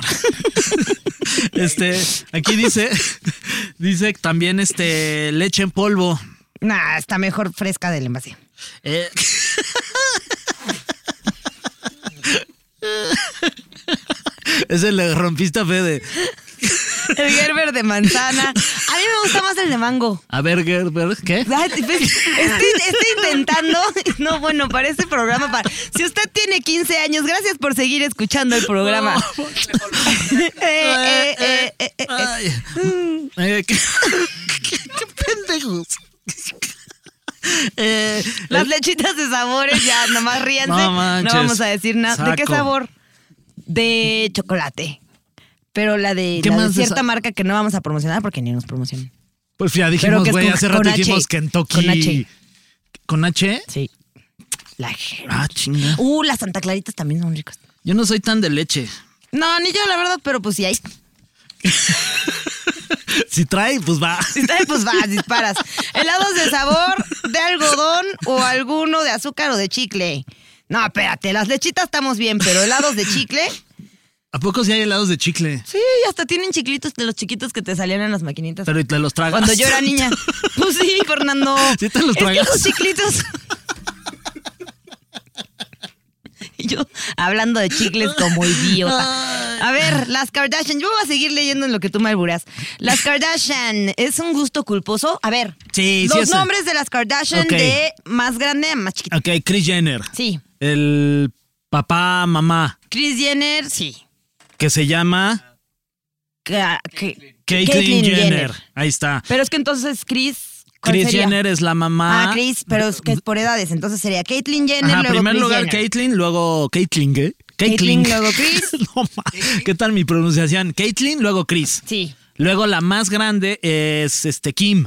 S3: este, aquí dice, dice también este leche en polvo.
S2: Nah, está mejor fresca del envase.
S3: Eh, Ese le rompiste a Fede.
S2: El Gerber de manzana. A mí me gusta más el de mango.
S3: A ver, Gerber, ¿qué?
S2: Ay, pues, Estoy, estoy intentando. No, bueno, para este programa. para- si usted tiene 15 años, gracias por seguir escuchando el programa. Eh, eh, eh, eh, Mm. eh.
S3: Ay. Eh, ¿qué, qué- qué pendejos. Eh,
S2: Las lechitas de sabores, ya, nomás ríanse.
S3: No
S2: No,
S3: manches.
S2: vamos a decir nada. ¿De qué
S3: Saco.
S2: sabor? De chocolate. Pero la de,
S3: ¿Qué
S2: la de
S3: más de
S2: cierta
S3: esa-
S2: marca que no vamos a promocionar porque ni nos promocionan.
S3: Pues ya
S2: Pero
S3: dijimos,
S2: que es
S3: güey,
S2: con-
S3: hace rato
S2: con H.
S3: dijimos Kentucky.
S2: Con H.
S3: ¿Con H?
S2: Sí. La gente.
S3: Ah, chinga.
S2: Uh, las Santa Claritas también son ricas.
S3: Yo no soy tan de leche.
S2: No, ni yo, la verdad, pero pues sí hay.
S3: Si trae, pues va.
S2: Si está, pues vas, disparas. Helados de sabor, de algodón o alguno de azúcar o de chicle. No, espérate, las lechitas estamos bien, pero helados de chicle.
S3: ¿A poco si hay helados de chicle?
S2: Sí, hasta tienen chiclitos de los chiquitos que te salían en las maquinitas.
S3: Pero ¿y te los tragas.
S2: Cuando yo era niña. Pues sí, Fernando.
S3: Sí te los
S2: es
S3: tragas.
S2: que esos chiclitos. Y yo hablando de chicles como idiota. A ver, las Kardashian. Yo voy a seguir leyendo en lo que tú me alburas. Las Kardashian, ¿es un gusto culposo? A ver.
S3: Sí, sí
S2: Los
S3: es.
S2: nombres de las Kardashian
S3: Ok.
S2: de más grande a más chiquita.
S3: Ok, Chris Jenner.
S2: Sí.
S3: El papá, mamá,
S2: Kris Jenner, sí.
S3: que se llama
S2: Ka- que-
S3: Caitlyn Jenner. Ahí está.
S2: Pero es que entonces Kris. ¿cuál
S3: Chris
S2: sería?
S3: Jenner es la
S2: Ah,
S3: mamá.
S2: Chris, pero es que es por edades. Entonces sería Caitlyn Jenner,
S3: Ajá,
S2: luego
S3: primer
S2: Kris
S3: lugar
S2: Jenner.
S3: Caitlyn, luego Caitlyn, ¿eh?
S2: Caitlyn, luego Chris.
S3: No, ma- ¿Qué tal mi pronunciación? Caitlyn, luego Chris.
S2: Sí.
S3: Luego la más grande es este Kim.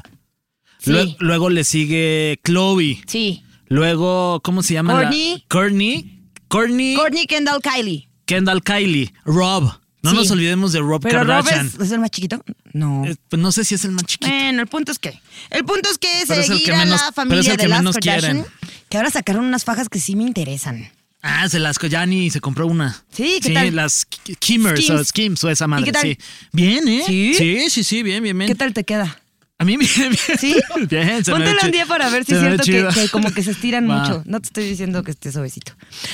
S2: Sí.
S3: Lue- Luego le sigue Chloe.
S2: Sí.
S3: Luego, ¿cómo se llama? la-
S2: Kourtney.
S3: Kourtney. Kourtney,
S2: Courtney Kendall Kylie.
S3: Kendall Kylie. Rob. No
S2: Sí.
S3: nos olvidemos de Rob
S2: Pero Rob
S3: Kardashian.
S2: es, Eh. ¿es el más chiquito. No.
S3: Eh, pues no sé si es el más chiquito.
S2: Bueno, el punto es que. El punto es que
S3: Pero es el
S2: seguir
S3: que
S2: a la
S3: menos- pero es
S2: familia
S3: el que
S2: de las
S3: menos
S2: Kardashian.
S3: quieren.
S2: Que ahora sacaron unas fajas que sí me interesan.
S3: Ah, se las Koyani se compró una.
S2: Sí, ¿qué
S3: sí,
S2: tal?
S3: las K- Kimmers o
S2: Skims.
S3: Skims o esa madre.
S2: qué tal?
S3: Sí. Bien, ¿eh?
S2: ¿Sí?
S3: sí, sí, sí, bien, bien, bien.
S2: ¿Qué tal te queda?
S3: A mí bien, bien.
S2: ¿Sí?
S3: Bien, se me ve
S2: Póntela un
S3: chi-
S2: día para ver si
S3: se
S2: es
S3: me
S2: cierto
S3: ve
S2: que,
S3: chido.
S2: que como que se estiran
S3: Va.
S2: mucho. No te estoy diciendo que estés obesito.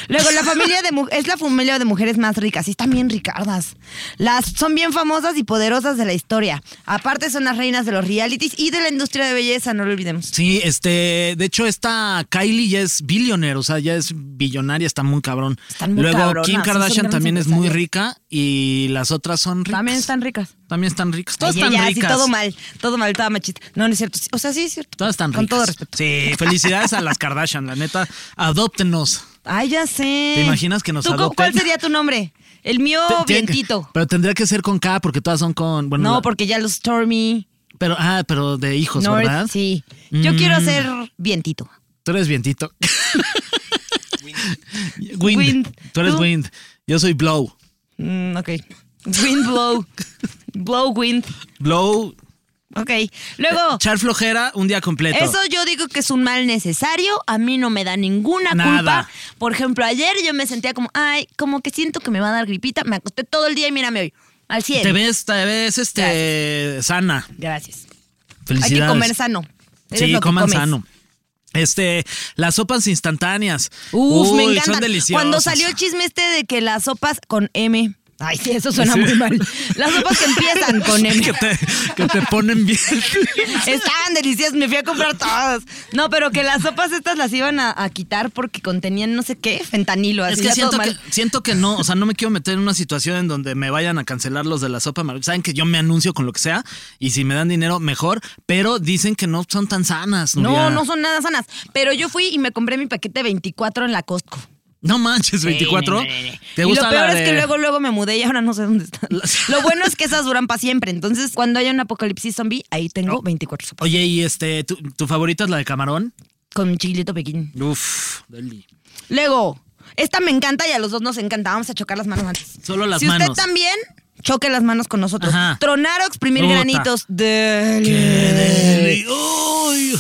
S2: Luego, la familia de mu- es la familia de mujeres más ricas. Y están bien ricardas. Las son bien famosas y poderosas de la historia. Aparte son las reinas de los realities y de la industria de belleza, no lo olvidemos.
S3: Sí, este, de hecho esta Kylie ya es billionaire, o sea, ya es billonaria, está muy cabrón.
S2: Están muy
S3: Luego
S2: cabronas,
S3: Kim
S2: sí, son
S3: Kardashian
S2: grandes
S3: también es muy
S2: empresarias.
S3: rica y las otras son ricas.
S2: También están ricas.
S3: También están ricas. Todas
S2: Ay,
S3: están
S2: ya, sí,
S3: ricas.
S2: todo mal, todo mal, toda machista. No, no es cierto. Sí, O sea, sí es cierto.
S3: Todas están
S2: Con
S3: ricas.
S2: todo respeto.
S3: Sí, felicidades a las Kardashian, la neta. Adóptenos.
S2: Ay, ya sé.
S3: ¿Te imaginas que nos
S2: ¿Tú cu-
S3: adopten?
S2: ¿Cuál sería tu nombre? El mío,
S3: Tienen que-
S2: Vientito.
S3: Pero tendría que ser con K porque todas son con. Bueno,
S2: No,
S3: la-
S2: porque ya los Stormy,
S3: Pero, ah, pero de hijos,
S2: North,
S3: ¿verdad?
S2: sí. Yo
S3: Mm.
S2: quiero ser Vientito.
S3: Tú eres vientito. Wind.
S2: Wind.
S3: Tú eres
S2: ¿Tú?
S3: wind. Yo soy blow.
S2: Mm, ok. Wind blow. blow wind.
S3: Blow.
S2: Ok. Luego,
S3: Char flojera un día completo.
S2: eso yo digo que es un mal necesario. A mí no me da ninguna
S3: Nada.
S2: culpa. Por ejemplo, ayer yo me sentía como, ay, como que siento que me va a dar gripita. Me acosté todo el día y mírame hoy. Al 100.
S3: Te ves, te ves este, sana.
S2: Gracias. Hay
S3: Felicidades.
S2: que comer sano. Eres
S3: Sí,
S2: lo que
S3: coman
S2: comes.
S3: sano. Este, las sopas instantáneas.
S2: Uf, me
S3: Uy,
S2: encanta.
S3: Son deliciosas.
S2: Cuando salió el chisme este de que las sopas con M. Ay, sí, eso suena muy mal. Las sopas que empiezan con M.
S3: que te, que te ponen bien.
S2: Estaban deliciosas, me fui a comprar todas. No, pero que las sopas estas las iban a, a quitar porque contenían no sé qué, fentanilo. Así
S3: Es que
S2: ya todo
S3: siento, que
S2: mal.
S3: siento que no, o sea, no me quiero meter en una situación en donde me vayan a cancelar los de la sopa. Mar- Saben que yo me anuncio con lo que sea y si me dan dinero, mejor, pero dicen que no son tan sanas. Nuria.
S2: No, no son nada sanas. Pero yo fui y me compré mi paquete 24 en la Costco.
S3: No manches, 24.
S2: Sí, no, no, no, no.
S3: ¿Te
S2: y
S3: gusta
S2: lo peor
S3: la
S2: es que
S3: de-
S2: luego, luego me mudé y ahora no sé dónde están. Lo bueno es que esas duran para siempre. Entonces, cuando haya un apocalipsis zombie, ahí tengo 24 sopas.
S3: Oye, y este, ¿tu, tu favorita es la de camarón?
S2: Con mi chiquilito pequín.
S3: Uf, deli.
S2: Luego, esta me encanta y a los dos nos encanta. Vamos a chocar las manos antes.
S3: Solo las
S2: si
S3: manos.
S2: usted también, choque las manos con nosotros.
S3: Ajá.
S2: Tronar o exprimir
S3: Puta.
S2: granitos. Dele.
S3: Deli. Uy.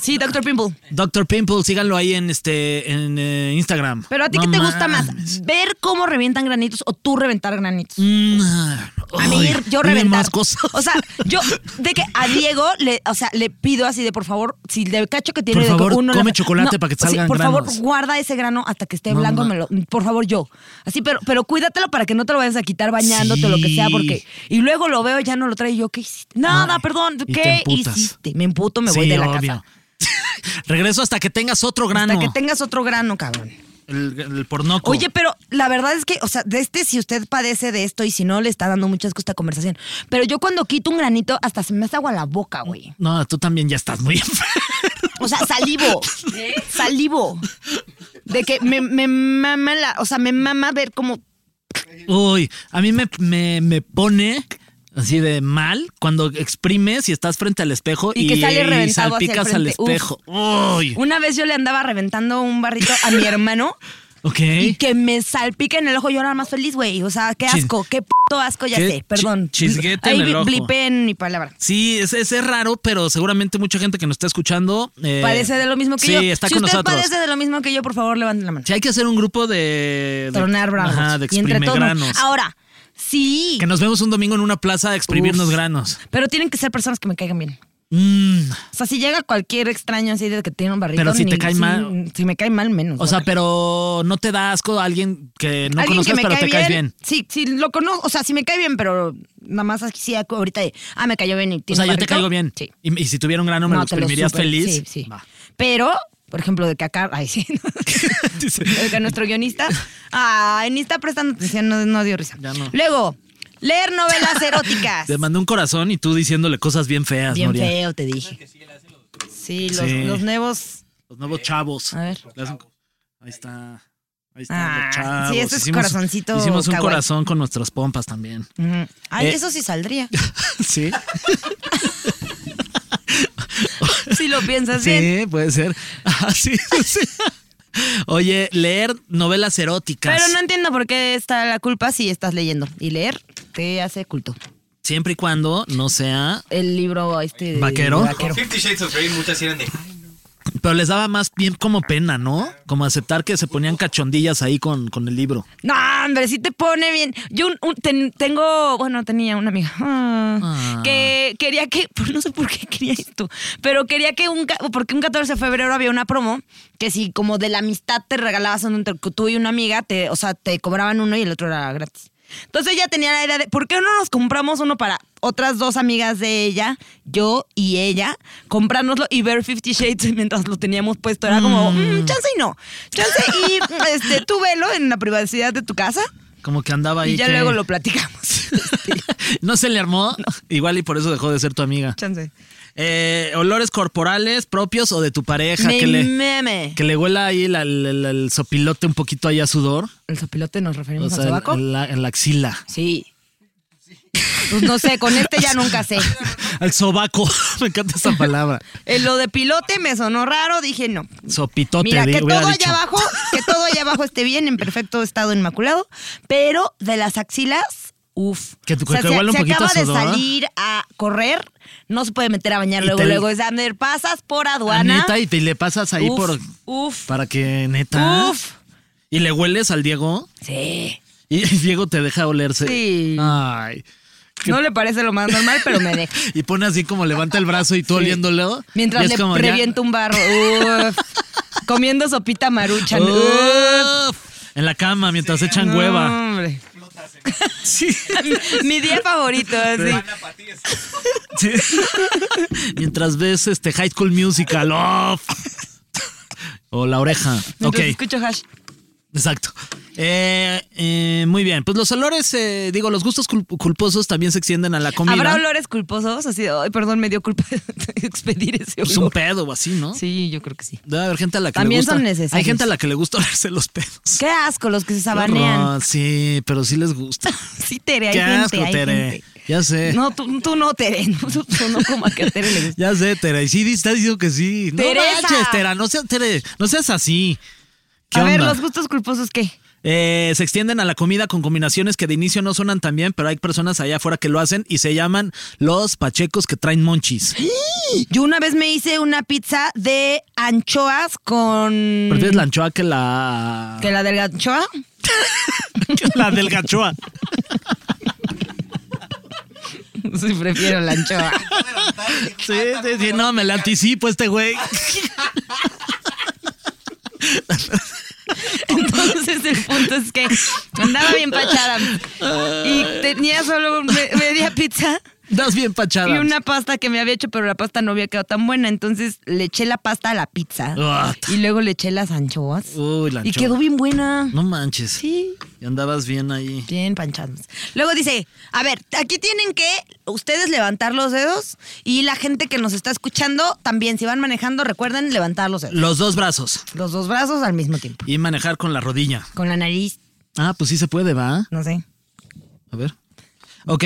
S2: Sí, Doctor Pimple.
S3: Doctor Pimple, síganlo ahí en este en eh, Instagram.
S2: Pero a ti,
S3: No
S2: ¿qué te gusta
S3: mames.
S2: más? ¿Ver cómo revientan granitos o tú reventar granitos?
S3: Mm,
S2: A mí,
S3: ay,
S2: ir- yo
S3: dime
S2: reventar.
S3: más cosas.
S2: O sea, yo, de que a Diego, le, o sea, le pido así de por favor, si le cacho que tiene
S3: Por
S2: de que
S3: favor,
S2: uno en
S3: come
S2: la-
S3: chocolate para que te salgan
S2: por
S3: granos.
S2: favor, guarda ese grano hasta que esté
S3: No,
S2: blanco,
S3: ma-
S2: me lo- por favor, yo. Así, pero, pero cuídatelo para que no te lo vayas a quitar bañándote o lo que sea,
S3: Sí.
S2: porque. Y luego lo veo, ya no lo traigo yo, ¿qué hiciste? Nada,
S3: Ay,
S2: perdón,
S3: y te
S2: ¿qué
S3: emputas.
S2: hiciste? Me emputo, me voy
S3: Sí,
S2: de la
S3: obvio.
S2: casa.
S3: Regreso hasta que tengas otro grano.
S2: Hasta que tengas otro grano, cabrón.
S3: el, el pornoco.
S2: Oye, pero la verdad es que, o sea, de este, si usted padece de esto y si no, le está dando mucha asco esta conversación. Pero yo cuando quito un granito, hasta se me hace agua la boca, güey.
S3: No, tú también ya estás muy enfermo.
S2: O sea, salivo.
S3: ¿Eh?
S2: Salivo. De que me, me mama la, o sea, me mama ver como.
S3: Uy, a mí me, me, me pone así de mal cuando exprimes y estás frente al espejo
S2: Y
S3: y,
S2: que sale reventado hacia el
S3: salpicas al
S2: frente. Uf.
S3: espejo. Uy,
S2: Una vez yo le andaba reventando un barrito a mi hermano
S3: ok.
S2: y que me salpica en el ojo, yo era más feliz, güey. O sea, qué
S3: ¿Eh? Chis-
S2: asco, qué puto asco, ya
S3: qué
S2: sé. Perdón.
S3: chi- chisguete en
S2: Ahí
S3: el
S2: bli-
S3: ojo.
S2: blipeen mi palabra.
S3: Sí, es, es es raro, pero seguramente mucha gente que nos está escuchando eh,
S2: Padece de lo mismo que
S3: sí,
S2: yo.
S3: está
S2: si
S3: con
S2: usted
S3: nosotros.
S2: padece de lo mismo que yo, por favor, levante la mano.
S3: Sí, hay que hacer un grupo de. de-
S2: tronar bravos.
S3: Ajá, de
S2: y entre Ah, todos. nos-
S3: exprimegranos.
S2: Ahora, sí.
S3: Que nos vemos un domingo en una plaza a exprimirnos
S2: Uf.
S3: granos.
S2: Pero tienen que ser personas que me caigan bien.
S3: Mm,
S2: O sea, si llega cualquier extraño así de que tiene un barrito.
S3: Pero si te cae
S2: sí,
S3: mal-
S2: Si me cae mal, menos.
S3: o sea,
S2: órale.
S3: pero no te da asco a alguien que no
S2: Alguien
S3: conozcas,
S2: que me
S3: pero
S2: cae
S3: te caes bien.
S2: Sí, sí, lo conozco. O sea, sí me cae bien, pero nada más así sí, ahorita de, ah, me cayó bien. Y
S3: O
S2: tiene
S3: sea,
S2: un
S3: yo te
S2: barrito.
S3: caigo bien.
S2: Sí.
S3: Y, y si tuviera un grano, me lo
S2: te lo
S3: exprimirías
S2: súper-
S3: feliz.
S2: Sí, sí.
S3: Va.
S2: Pero, por ejemplo, de que acá. Ay, sí. de que nuestro guionista. Ay, ni está prestando atención, no, no dio risa.
S3: Ya no.
S2: Luego, leer novelas eróticas.
S3: Te mandé un corazón y tú diciéndole cosas bien feas,
S2: Bien
S3: Nuria.
S2: feo, te dije. Sí, los,
S3: Sí.
S2: los nuevos.
S3: Los nuevos chavos.
S2: A ver.
S3: Le hacen- Ahí está. Ahí está.
S2: Ah,
S3: los
S2: sí,
S3: chavos.
S2: ese es corazoncito
S3: Hicimos un
S2: kawaii. Mm.
S3: corazón con nuestros pompas también.
S2: Ujú. Ay,
S3: Eh.
S2: eso sí saldría.
S3: Sí.
S2: si lo piensas Pues bien.
S3: Sí, puede ser. Así. sí. Oye, leer novelas eróticas.
S2: Pero no entiendo por qué está la culpa si estás leyendo. Y leer te hace culto.
S3: Siempre y cuando no sea. eh,
S2: El libro este. de-
S3: ¿Vaquero?
S4: Con Fifty Shades of Grey muchas eran de...
S3: Pero les daba más bien como pena, ¿no? Como aceptar que se ponían cachondillas ahí con, con el libro.
S2: No, hombre, sí te pone bien. Yo un- un- ten- tengo, bueno, tenía una amiga ah,
S3: Ah.
S2: que quería que, pues, no sé por qué quería esto, pero quería que un, ca- porque un 14 de febrero había una promo que si como de la amistad te regalabas uno entre tú y una amiga, te, o sea, te cobraban uno y el otro era gratis. Entonces ella tenía la idea de, ¿por qué no nos compramos uno para otras dos amigas de ella, yo y ella, comprárnoslo y ver Fifty Shades mientras lo teníamos puesto? Era como, "Mm, chance y no. Chance y este, tú velo en la privacidad de tu casa
S3: Como que andaba ahí.
S2: y ya
S3: que-
S2: luego lo platicamos.
S3: no se le armó. Igual y por eso dejó de ser tu amiga.
S2: Chance.
S3: Eh, olores corporales propios o de tu pareja.
S2: Me
S3: que le.
S2: meme.
S3: Que le huela ahí la- la- la- el sopilote un poquito ahí a sudor.
S2: ¿El sopilote nos referimos
S3: O sea,
S2: al sobaco?
S3: en la, en la axila.
S2: Sí. Pues no sé, con este ya nunca sé.
S3: al sobaco. Me encanta esa palabra.
S2: Eh, lo de pilote me sonó raro, dije no.
S3: Sopitote.
S2: Mira, que
S3: di- hubiera
S2: todo allá
S3: dicho.
S2: abajo, que todo allá abajo esté bien, en perfecto estado inmaculado, pero de las axilas, uff.
S3: Que tu- que huele un
S2: se
S3: poquito
S2: acaba
S3: a
S2: de
S3: sudor, ¿verdad?
S2: salir a correr, no se puede meter a bañar
S3: Y
S2: luego,
S3: te-
S2: luego es Ander, pasas por aduana.
S3: Ah, Neta, y te le pasas ahí
S2: Uf,
S3: por.
S2: uf.
S3: Para que, neta.
S2: Uf.
S3: Y le hueles al Diego.
S2: Sí.
S3: Y Diego te deja olerse.
S2: Sí.
S3: Ay.
S2: No le parece lo más normal, pero me deja.
S3: Y pone así como levanta el brazo y tú oliéndolo. y
S2: Mientras
S3: es
S2: le
S3: como ya-
S2: reviento un barro. Uf. Comiendo sopita maruchan. Uf.
S3: Uf. En la cama mientras echan
S2: No,
S3: hueva.
S2: hombre.
S3: Sí.
S2: Mi día favorito, así.
S3: Sí. mientras ves este High School Musical. Uf. O la oreja. Ok.
S2: Mientras Escucho hash.
S3: Exacto. Eh, eh, muy bien. Pues los olores, eh, digo, los gustos cul- culposos también se extienden a la comida.
S2: ¿Habrá olores culposos? Así de, ay, perdón, me dio culpa expedir ese olor.
S3: Pues un pedo o así, ¿no?
S2: Sí, yo creo que sí.
S3: Debe haber gente a la que
S2: También
S3: le gusta.
S2: son necesarios.
S3: Hay gente a la que le gusta olerse los pedos.
S2: Qué asco los que se
S3: Horror,
S2: sabanean.
S3: sí, pero sí les gusta.
S2: Sí, Tere, hay
S3: Qué
S2: gente,
S3: asco,
S2: hay
S3: Tere. Eh.
S2: gente.
S3: Ya sé.
S2: No, tú, tú no, Tere. Tú, tú no, como a que a Tere le gusta.
S3: Ya sé, Tere. Y sí, estás diciendo que sí.
S2: Teresa.
S3: No manches, Tera. No seas, Tere, no seas así. ¿Qué
S2: A ver,
S3: onda?
S2: los gustos culposos, ¿qué?
S3: Eh, se extienden a la comida con combinaciones que de inicio no sonan tan bien, pero hay personas allá afuera que lo hacen y se llaman los pachecos que traen monchis.
S2: Yo una vez me hice una pizza de anchoas con...
S3: ¿Prefieres la anchoa que la.
S2: ¿Que la del anchoa?
S3: que la del gachoa?
S2: Sí, prefiero la anchoa.
S3: Sí, sí, sí, no, me la anticipo este güey.
S2: Entonces el punto es que andaba bien pachada y tenía solo un- me- media pizza
S3: Das bien pachada.
S2: y una pasta que me había hecho, pero la pasta no había quedado tan buena. Entonces le eché la pasta a la pizza
S3: Ah,
S2: y luego le eché las anchoas
S3: Uy, la
S2: y
S3: anchoa.
S2: quedó bien buena.
S3: No manches.
S2: Sí.
S3: Y andabas bien ahí.
S2: Bien panchados. Luego dice, a ver, aquí tienen que ustedes levantar los dedos y la gente que nos está escuchando también, si van manejando, recuerden levantar los dedos.
S3: Los dos brazos.
S2: Los dos brazos al mismo tiempo.
S3: Y manejar con la rodilla.
S2: Con la nariz,
S3: Ah, pues sí se puede, va.
S2: no sé.
S3: A ver. Ok.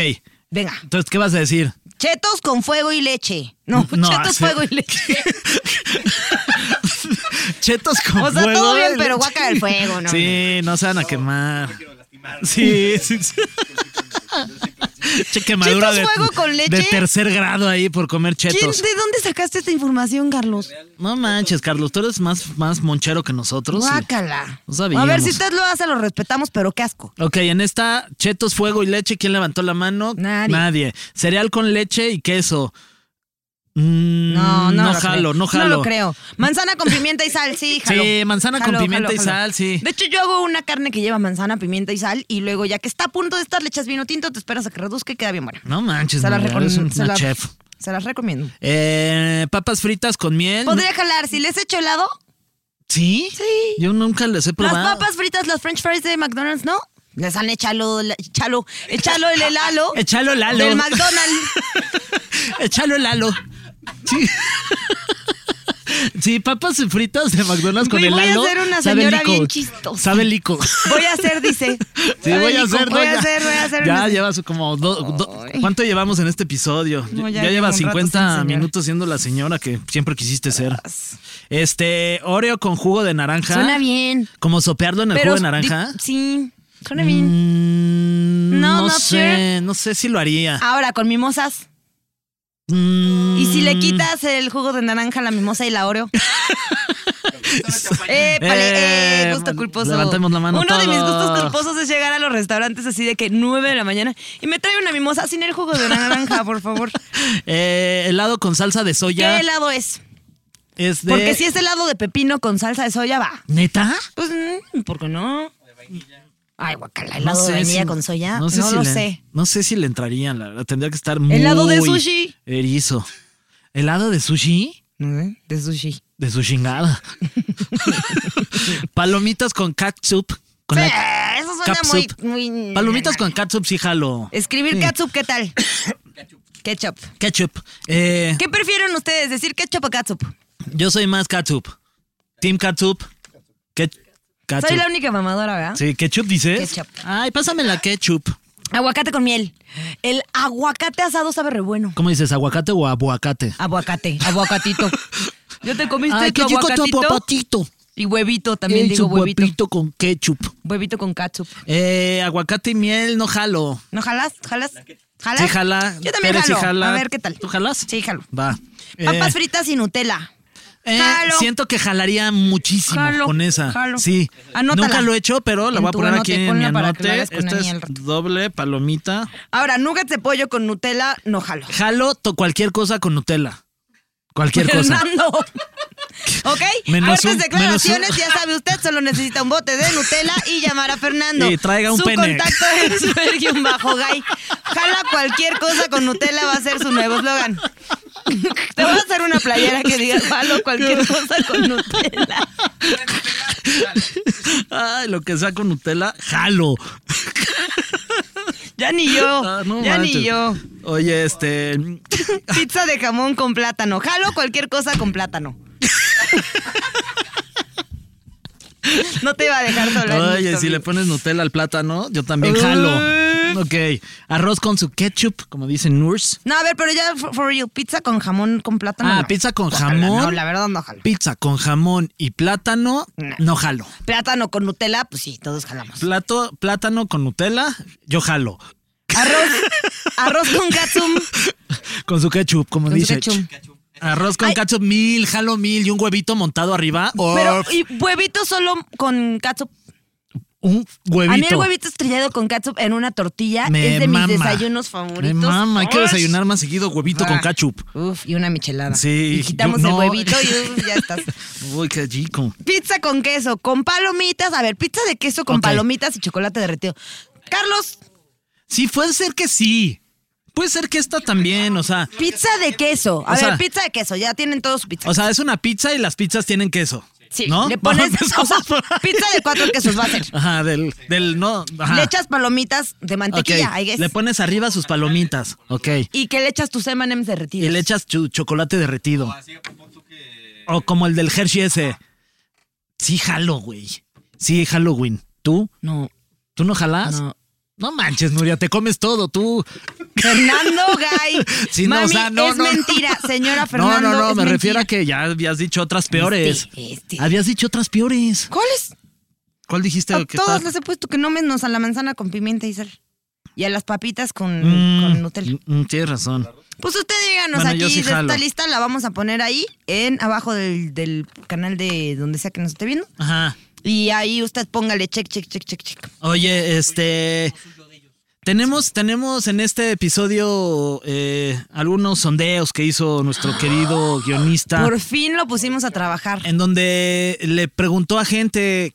S2: Venga.
S3: Entonces, ¿qué vas a decir?
S2: Chetos con fuego y leche. No,
S3: No,
S2: chetos,
S3: hace-
S2: fuego y leche.
S3: Chetos con
S2: O sea,
S3: fuego,
S2: todo bien,
S3: el-
S2: pero guaca del fuego, ¿no?
S3: Sí, no se van a quemar. Sí, sí, sí. Che, quemadura de,
S2: Chetos fuego con leche.
S3: de tercer grado ahí por comer
S2: ¿Quién-
S3: chetos.
S2: ¿De dónde sacaste esta información, Carlos?
S3: No manches, Carlos, tú eres más, más monchero que nosotros. y-
S2: Guácala.
S3: No
S2: a
S3: sabíamos.
S2: ver, si usted lo hace, lo respetamos, pero qué asco.
S3: Ok, en esta, chetos, fuego y leche, ¿quién levantó la mano?
S2: Nadie.
S3: Cereal con leche y queso. Mm,
S2: No, no.
S3: No
S2: lo
S3: jalo,
S2: creo.
S3: no jalo.
S2: No lo creo. Manzana con pimienta y sal, sí, jalo.
S3: Sí, manzana con pimienta y sal, sí.
S2: De hecho, yo hago una carne que lleva manzana, pimienta y sal, y luego ya que está a punto de estar, le echas vino tinto, te esperas a que reduzca y queda bien buena.
S3: No manches,
S2: se las
S3: María, eres
S2: recomiendo.
S3: una
S2: Se, las-
S3: chef.
S2: se las recomiendo.
S3: Eh, papas fritas con miel.
S2: Podría jalar, si les echo helado,
S3: ¿Sí?
S2: Sí.
S3: Yo nunca les he probado.
S2: Las papas fritas, las french fries de McDonald's, ¿no? Les han echado, la- echalo, echalo el helalo.
S3: Echalo el halo.
S2: Del McDonald's.
S3: Échalo el halo. Sí. Sí, papas fritas de McDonald's con
S2: Güey,
S3: el
S2: voy a
S3: halo.
S2: ser una
S3: sabe
S2: señora
S3: lico.
S2: bien chistosa.
S3: Sabe lico.
S2: Voy a hacer, dice.
S3: Sí, voy a hacer,
S2: Voy
S3: ¿no?
S2: a
S3: Ya-
S2: hacer, voy a hacer.
S3: Ya
S2: una-
S3: llevas como. do- do- ¿Cuánto llevamos en este episodio?
S2: No, ya
S3: ya
S2: llevo
S3: llevas
S2: un rato
S3: 50
S2: sin señora.
S3: minutos siendo la señora que siempre quisiste ser. Este, Oreo con jugo de naranja.
S2: Suena bien.
S3: Como sopearlo en el
S2: Pero
S3: jugo de naranja.
S2: di- sí, suena bien.
S3: Mm,
S2: No,
S3: no,
S2: not Ah.
S3: sé,
S2: sure.
S3: no sé si lo haría.
S2: Ahora, con mimosas.
S3: Mm,
S2: ¿Y si le quitas el jugo de naranja, la mimosa y la Oreo? eh, eh,
S3: Eh,
S2: gusto culposo.
S3: levantemos la mano
S2: Uno de mis gustos
S3: todos.
S2: culposos es llegar a los restaurantes así de que 9 de la mañana y me trae una mimosa sin el jugo de naranja, por favor.
S3: eh, helado con salsa de soya.
S2: ¿Qué helado es?
S3: Es de-
S2: Porque si es helado de pepino con salsa de soya, va.
S3: ¿Neta?
S2: Pues, mm, ¿por qué no? Ay, guacala,
S3: No
S2: helado de
S3: sé
S2: vainilla
S3: si-
S2: con soya. No, lo
S3: le-
S2: sé.
S3: No sé si le entrarían, la verdad. Tendría que estar muy.
S2: ¿Helado de sushi?
S3: Erizo. ¿Helado de sushi?
S2: De sushi.
S3: De su chingada. Palomitas con catsup. Con
S2: Sí,
S3: la-
S2: Eh, eso suena
S3: catsup.
S2: muy- muy-
S3: Palomitas con catsup, sí, jalo.
S2: Escribir
S3: Sí.
S2: catsup, ¿qué tal? ketchup.
S3: Ketchup. Eh,
S2: ¿Qué prefieren ustedes, decir ketchup o catsup?
S3: yo soy más catsup. Team catsup. Ket- Catsup.
S2: Soy la única mamadora, ¿verdad?
S3: Sí, ketchup dices.
S2: Ketchup.
S3: Ay, pásame la ketchup.
S2: Aguacate con miel. El aguacate asado sabe re bueno.
S3: ¿Cómo dices? ¿Aguacate o aguacate?
S2: Aguacate, aguacatito. Yo te comiste tu
S3: qué rico tu
S2: aguacatito
S3: aguacatito.
S2: y huevito también
S3: Ey,
S2: digo
S3: su
S2: huevito.
S3: huevito con ketchup.
S2: Huevito con catsup.
S3: Eh, aguacate y miel, no jalo.
S2: ¿No jalas? ¿Jalas? ¿Jalas?
S3: Sí, jala.
S2: Yo también
S3: Pérez sí
S2: jalo.
S3: jala.
S2: A ver qué tal.
S3: ¿Tú jalas?
S2: Sí, jalo.
S3: Va.
S2: Papas
S3: Eh,
S2: fritas y Nutella.
S3: eh,
S2: Jalo.
S3: Siento que jalaría muchísimo
S2: Jalo,
S3: con esa.
S2: jalo.
S3: Sí.
S2: Anótala.
S3: Nunca lo he hecho, pero la
S2: En
S3: voy a
S2: tu
S3: poner
S2: anote,
S3: aquí en mi
S2: ponla para que la
S3: anote.
S2: hagas con
S3: Esta
S2: Dani
S3: es
S2: al rato.
S3: doble palomita.
S2: Ahora, nuggets de pollo con Nutella, no jalo.
S3: Jalo to- cualquier cosa con Nutella. Cualquier cosa.
S2: Fernando. ¿Ok?
S3: Menos
S2: Fuertes
S3: un-
S2: declaraciones,
S3: menos un-
S2: ya sabe usted, solo necesita un bote de Nutella y llamar a Fernando.
S3: Y traiga un
S2: su
S3: pene.
S2: contacto es Fer-Gay. Jala cualquier cosa con Nutella va a ser su nuevo eslogan. Te voy a hacer una playera que diga jalo cualquier cosa con Nutella.
S3: Ay, lo que sea con Nutella, jalo.
S2: Ya ni yo,
S3: Ah, no
S2: ya
S3: manches.
S2: ni yo.
S3: Oye, este.
S2: Pizza de jamón con plátano. Jalo cualquier cosa con plátano. No te iba a dejar sola.
S3: Oye,
S2: listo,
S3: si le
S2: amigo.
S3: pones Nutella al plátano, yo también jalo. Ok. Arroz con su ketchup, como dicen Nurs.
S2: No, a ver, pero ya, for, for real, pizza con jamón, con plátano.
S3: Ah,
S2: no.
S3: pizza con
S2: Ojalá,
S3: jamón.
S2: No, la verdad no jalo.
S3: Pizza con jamón y plátano, no jalo.
S2: Plátano con Nutella, pues sí, todos jalamos.
S3: Plato, plátano con Nutella, yo jalo.
S2: Arroz, arroz con katsum.
S3: Con su ketchup, como
S2: Con su
S3: dice.
S2: ketchup.
S3: Arroz con ketchup, mil, jalo mil y un huevito montado arriba. O
S2: Pero, y huevito solo con katsup.
S3: un huevito.
S2: A mí el huevito estrellado con katsup en una tortilla
S3: Me
S2: es de
S3: mama.
S2: mis desayunos favoritos.
S3: Me mama, hay que
S2: Ush.
S3: desayunar más seguido huevito con
S2: Ah.
S3: ketchup.
S2: Uf, y una michelada.
S3: Sí,
S2: Y quitamos
S3: yo- no.
S2: el huevito y uf, ya estás.
S3: Uy, qué chico.
S2: Pizza con queso, con palomitas. A ver, pizza de queso con
S3: Ok.
S2: palomitas y chocolate derretido. Carlos,
S3: Sí, puede ser que sí. Puede ser que esta también, o sea.
S2: pizza de queso. A
S3: O
S2: ver,
S3: sea-
S2: pizza de queso. Ya tienen todos su pizza.
S3: O sea, es una pizza y las pizzas tienen queso.
S2: Sí,
S3: ¿no?
S2: le pones o
S3: Empezamos
S2: sea,
S3: por-
S2: pizza de cuatro quesos va a ser.
S3: Ajá, del, del no. Ajá.
S2: Le echas palomitas de mantequilla,
S3: Ok,
S2: I guess.
S3: Le pones arriba sus palomitas. Ok.
S2: y que le echas tus M&M's derretidos.
S3: Y le echas chu- chocolate derretido. O como el del Hershey ese. Sí, jalo, güey. Sí, Halloween. ¿Tú?
S2: No,
S3: ¿Tú no jalás?
S2: No.
S3: No manches, Nuria, te comes todo, tú.
S2: Fernando Gay.
S3: Sí, no,
S2: Mami,
S3: o sea, no,
S2: es
S3: no, no.
S2: mentira, señora
S3: No,
S2: Fernando.
S3: no, no,
S2: es
S3: me
S2: mentira.
S3: refiero a que ya habías dicho otras peores.
S2: Este, este.
S3: Habías dicho otras peores.
S2: ¿Cuáles?
S3: ¿Cuál dijiste
S2: A
S3: que
S2: todos
S3: estaba-
S2: les he puesto que no menos a la manzana con pimienta y sal. Y a las papitas con,
S3: Mm,
S2: con Nutella.
S3: mm, tienes razón.
S2: Pues usted díganos
S3: Bueno,
S2: aquí
S3: yo sí
S2: de
S3: jalo.
S2: esta lista, la vamos a poner ahí, en abajo del, del canal de donde sea que nos esté viendo.
S3: Ajá.
S2: Y ahí usted póngale check, check, check, check, check.
S3: Oye, este. Tenemos, tenemos en este episodio eh, algunos sondeos que hizo nuestro querido guionista.
S2: Por fin lo pusimos a trabajar.
S3: En donde le preguntó a gente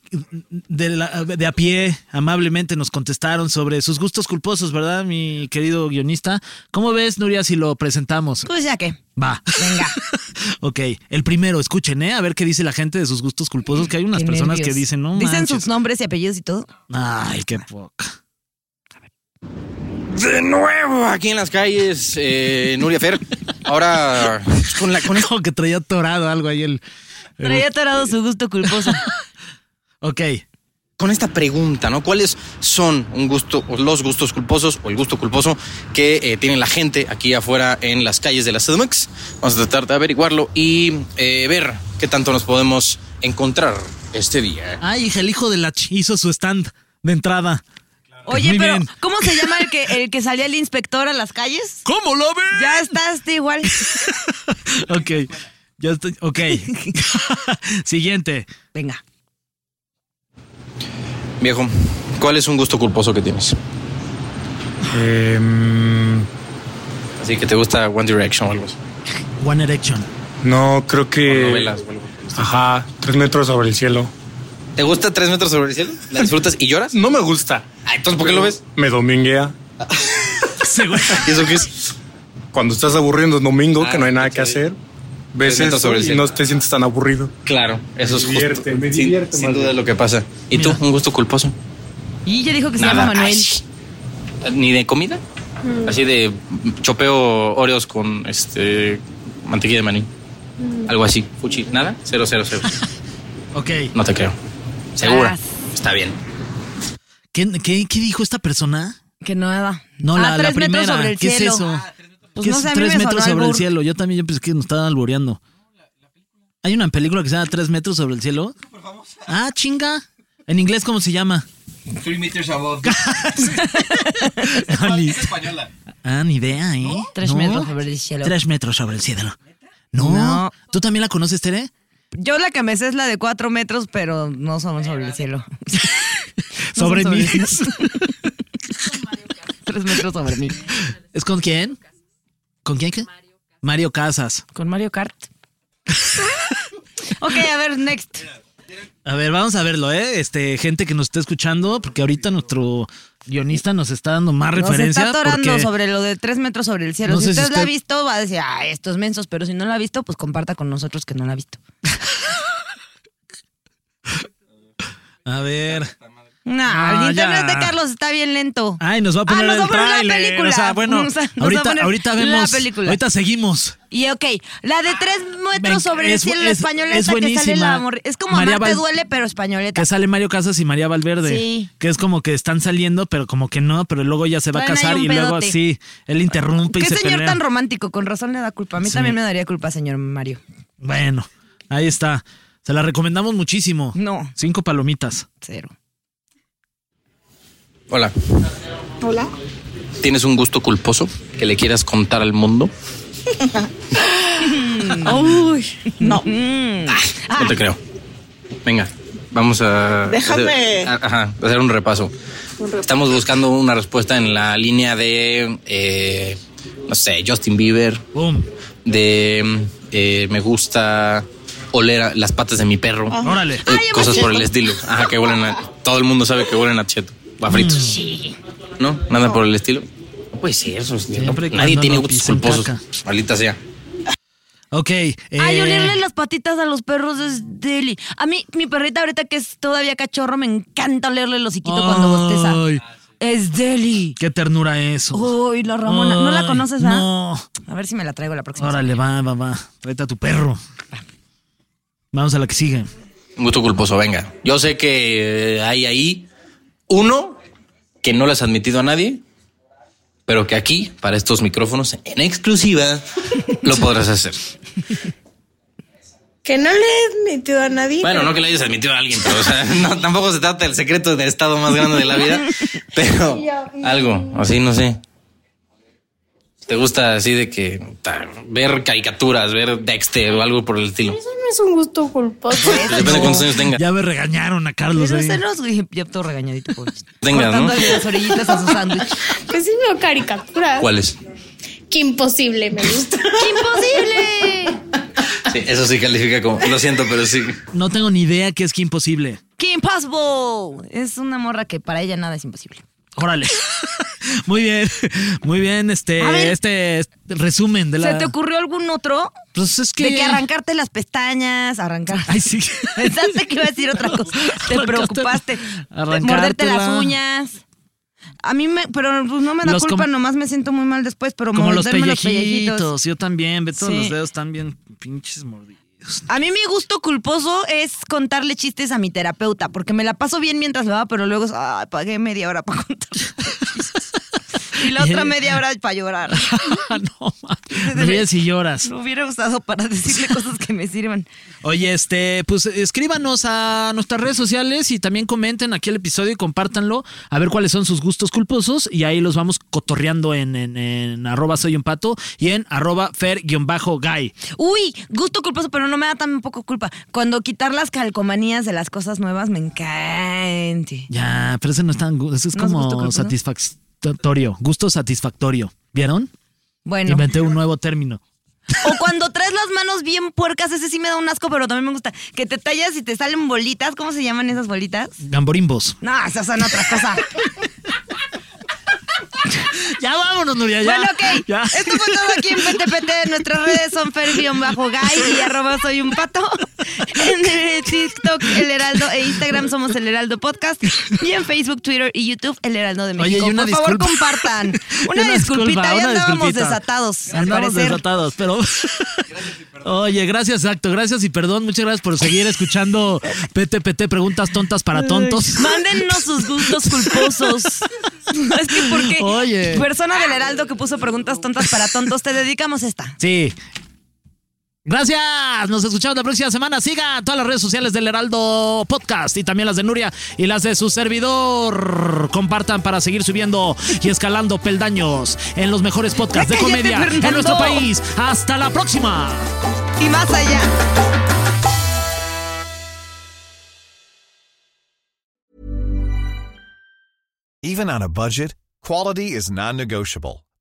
S3: de, la- de a pie, amablemente nos contestaron sobre sus gustos culposos, ¿verdad, mi querido guionista? ¿Cómo ves, Nuria, si lo presentamos?
S2: Pues ya que.
S3: Va.
S2: Venga.
S3: ok, el primero, escuchen, ¿eh? A ver qué dice la gente de sus gustos culposos, que hay unas
S2: Qué
S3: personas que
S2: nervios.
S3: dicen, no
S2: Dicen
S3: manches.
S2: sus nombres y apellidos y todo.
S3: Ay, qué poca.
S4: De nuevo aquí en las calles, eh, Nuria Fer. Ahora con la con
S3: Como que traía atorado algo ahí el... el-
S2: Traía atorado su gusto culposo.
S3: Pues Ok.
S4: con esta pregunta, ¿no? ¿Cuáles son un gusto, o los gustos culposos o el gusto culposo que eh, tiene la gente aquí afuera en las calles de la CDMX? Vamos a tratar de averiguarlo y eh, ver qué tanto nos podemos encontrar este día.
S3: Ay, hija, el hijo de la ch hizo su stand de entrada.
S2: Oye,
S3: Muy
S2: pero
S3: bien.
S2: ¿cómo se llama el que, el que salía el inspector a las calles?
S3: ¿Cómo lo ves?
S2: Ya estás tú igual.
S3: Ok. Ya estoy. Ok. Siguiente.
S2: Venga.
S4: Viejo, ¿cuál es un gusto culposo que tienes?
S6: Em,
S4: Así que te gusta One Direction o algo así.
S3: One Erection.
S6: No, creo
S4: O
S3: Eh,
S6: que.
S4: novelas o algo.
S6: Ajá, tres metros sobre el cielo.
S4: ¿Te gusta Tres metros sobre el cielo? ¿La disfrutas y lloras?
S6: No me gusta.
S4: Ah, entonces, ¿por qué lo ves?
S6: Me dominguea.
S3: Sí, güey.
S4: ¿Y eso qué es?
S6: Cuando estás aburriendo un domingo,
S4: Ah,
S6: que no hay nada que
S4: sí.
S6: hacer, ves
S4: Tres metros
S6: eso
S4: sobre el
S6: y
S4: cielo.
S6: no te sientes tan aburrido.
S4: Claro, eso es
S6: Me divierte,
S4: justo.
S6: me
S4: sin,
S6: divierte,
S4: sin
S6: más
S4: duda
S6: bien.
S4: lo que pasa. ¿Y tú, un gusto culposo?
S2: Y ya dijo que se llama Manuel.
S4: Ay, ¿Ni de comida? Así de chopeo Oreos con este mantequilla de maní. Algo así. Fuchi. ¿Nada? Cero, cero, cero.
S3: Ok.
S4: No te creo. Segura.
S2: Sas.
S4: Está bien.
S3: ¿Qué, qué, qué dijo esta persona?
S2: Que nada.
S3: No,
S2: Ah,
S3: la, la
S2: tres metros
S3: primera.
S2: sobre el
S3: ¿Qué
S2: cielo.
S3: es eso?
S2: Pues
S3: ¿Qué
S2: no
S3: es
S2: sé, a mí
S3: tres
S2: me
S3: metros
S2: sonó
S3: sobre el
S2: albur.
S3: cielo? Yo también yo pensé que nos estaban alboreando. Hay una película que se llama Tres metros sobre el cielo. Ah, chinga. ¿En inglés cómo se llama?
S7: Three meters above.
S3: Ah, ni,
S7: española.
S3: ah, ni idea, ¿eh?
S2: Tres
S3: No.
S2: metros sobre el cielo.
S3: Tres metros sobre el cielo. No.
S2: No.
S3: ¿Tú también la conoces, Tere?
S2: Yo la que me sé es la de cuatro metros, pero no son sobre el cielo. No
S3: Sobre
S2: son
S3: mí.
S2: el cielo. Tres metros sobre mí.
S3: ¿Es con quién? ¿Con quién? qué? Mario Casas.
S2: Con Mario Kart. ok, a ver, next.
S3: A ver, vamos a verlo, ¿eh? Este, gente que nos está escuchando, porque ahorita nuestro guionista nos está dando más
S2: Nos
S3: referencia.
S2: está atorando
S3: porque-
S2: sobre lo de tres metros sobre el cielo.
S3: No
S2: si
S3: sé
S2: usted,
S3: si
S2: la ha
S3: usted-
S2: visto, va a decir, ah, estos mensos, pero si no la ha visto, pues comparta con nosotros que no la ha visto.
S3: A ver.
S2: No,
S3: Ah,
S2: el internet de
S3: ya.
S2: Carlos está bien lento.
S3: Ay, nos va a poner
S2: Ah, nos
S3: el
S2: va a poner la
S3: tráiler.
S2: película.
S3: O sea, bueno,
S2: O sea, nos va a
S3: ahorita,
S2: poner
S3: ahorita
S2: la
S3: vemos.
S2: película.
S3: Ahorita seguimos.
S2: Y ok, la de tres metros
S3: Ven,
S2: sobre el
S3: Ah, es bu-
S2: cielo, la
S3: es-
S2: españoleta
S3: es
S2: que sale
S3: buenísima.
S2: la morri- Es como
S3: María
S2: Amar te
S3: Val-
S2: duele, pero españoleta.
S3: Que sale Mario Casas y María Valverde.
S2: Sí.
S3: Que es como que están saliendo, pero como que no, pero luego ya se va a
S2: Traen ahí
S3: casar
S2: un
S3: y luego
S2: pedote.
S3: sí, él interrumpe y
S2: Qué
S3: se
S2: señor
S3: pelea.
S2: tan romántico, con razón le da culpa. A mí
S3: Sí.
S2: también me daría culpa, señor Mario.
S3: Bueno, ahí está. Se la recomendamos muchísimo.
S2: No.
S3: Cinco palomitas.
S2: Cero.
S4: Hola. Hola. ¿Tienes un gusto culposo que le quieras contar al mundo?
S8: Uy, no.
S4: Mm. No te creo. Venga, vamos a.
S8: Déjame.
S4: hacer- a- ajá, hacer un repaso. Estamos buscando una respuesta en la línea de. eh, no sé, Justin Bieber.
S3: Boom.
S4: De. eh, me gusta oler a- las patas de mi perro.
S3: Órale.
S4: Eh, cosas por el estilo. Ajá, que huelen a. Todo el mundo sabe que huelen a cheto. O a fritos. ¿No? Nada por el estilo. No puede ser eso. es-
S3: Siempre
S4: nadie
S3: cuando
S4: tiene
S3: no
S4: gustos
S3: pisan
S4: culposos.
S3: caca.
S4: Maldita sea.
S3: Ok.
S2: Ay,
S3: eh,
S2: olerle las patitas a los perros es deli. A mí, mi perrita ahorita que es todavía cachorro, me encanta olerle el hociquito cuando
S3: Ay.
S2: bosteza. Es deli.
S3: Qué ternura eso.
S2: Uy, la Ramona. ¿No la
S3: Ay,
S2: conoces, ah?
S3: No.
S2: A ver si me la traigo la próxima.
S3: Órale, va, va, va. Tráete a tu perro. Vamos a la que sigue.
S4: Un gusto culposo, venga. Yo sé que eh, hay ahí uno que no le has admitido a nadie, pero que aquí, para estos micrófonos, en exclusiva, lo podrás hacer.
S8: Que no le he admitido a nadie.
S4: Bueno, no que le hayas admitido a alguien, pero o sea, no, tampoco se trata del secreto del estado más grande de la vida, pero algo así, no sé. ¿Te gusta así de que ta, ver caricaturas, ver Dexter o algo por el estilo?
S8: Eso no es un gusto culposo.
S4: Depende de cuántos años tenga.
S3: Ya me regañaron a Carlos.
S2: Pero
S3: pues ahí.
S2: ese no es güey, ya todo regañadito, pobre.
S4: Venga, ¿no?
S2: Cortándole las orillitas a su sándwich.
S8: que sí veo caricaturas.
S4: ¿Cuáles?
S8: Que Ah. imposible me gusta.
S2: ¡Qué imposible!
S4: Sí, eso sí califica como, lo siento, pero sí.
S3: No tengo ni idea que es que imposible.
S2: ¡Qué impossible! Es una morra que para ella nada es imposible.
S3: Órale. Muy bien, muy bien, este,
S2: A ver.
S3: este este resumen de la.
S2: ¿Se te ocurrió algún otro?
S3: Pues es que.
S2: De que arrancarte las pestañas, arrancar.
S3: Ay, sí.
S2: Pensaste que iba a decir otra cosa. Te
S3: Arrancarte-
S2: preocupaste.
S3: arrancártela.
S2: Morderte las uñas. A mí me, pero pues no me da
S3: Los
S2: culpa,
S3: com-
S2: nomás me siento muy mal después, pero
S3: Como los
S2: morderme los
S3: pellejitos.
S2: pellejitos.
S3: Yo también, ve todos
S2: Sí.
S3: los dedos están bien pinches mordidos.
S2: A mí mi gusto culposo es contarle chistes a mi terapeuta, porque me la paso bien mientras me va, pero luego es, "Ay, pagué media hora para contar. y la otra media hora para llorar. Ah,
S3: no, man. Me ríes y lloras.
S2: Lo hubiera usado para decirle cosas que me sirvan.
S3: Oye, este, pues escríbanos a nuestras redes sociales y también comenten aquí el episodio y compártanlo a ver cuáles son sus gustos culposos y ahí los vamos cotorreando en, en, en arroba soy un pato y en arroba fer-guy.
S2: Uy, gusto culposo, pero no me da tampoco culpa. Cuando quitar las calcomanías de las cosas nuevas me encanta.
S3: Ya, pero ese no es tan, gu- ese es
S2: No es gusto
S3: como
S2: culposo.
S3: satisfactorio, gusto satisfactorio. ¿Vieron?
S2: Bueno,
S3: Inventé un nuevo término.
S2: o cuando traes las manos bien puercas, ese sí me da un asco, pero también me gusta. Que te tallas y te salen bolitas, ¿cómo se llaman esas bolitas?
S3: Gamborimbos.
S2: No, esas son otra cosa.
S3: Ya vámonos, Nuria. Ya,
S2: Bueno, ok.
S3: Ya.
S2: Esto fue todo aquí en PTPT. Nuestras redes son Ferbion-Gay y arroba soy un pato. En eh, TikTok, El Heraldo e Instagram somos El Heraldo Podcast. Y en Facebook, Twitter y YouTube, El Heraldo de
S3: Oye,
S2: México.
S3: y una
S2: Por favor,
S3: disculpa.
S2: compartan. Una, disculpita, ya
S3: una
S2: andábamos
S3: disculpita.
S2: desatados, al
S3: Andábamos
S2: parecer.
S3: desatados, pero. Oye, gracias, exacto. Gracias y perdón. Muchas gracias por seguir escuchando PTPT, preguntas tontas para tontos.
S2: Mándennos sus gustos culposos. Es que porque
S3: Oye.
S2: persona del Heraldo que puso preguntas tontas para tontos, te dedicamos esta.
S3: Sí. Gracias, nos escuchamos la próxima semana. Siga todas las redes sociales del Heraldo Podcast y también las de Nuria y las de su servidor. Compartan para seguir subiendo y escalando peldaños en los mejores podcasts de
S2: Ya cállate,
S3: comedia
S2: Fernando.
S3: en nuestro país. Hasta la próxima.
S2: Y más allá.
S4: Even on a budget, quality is non-negotiable.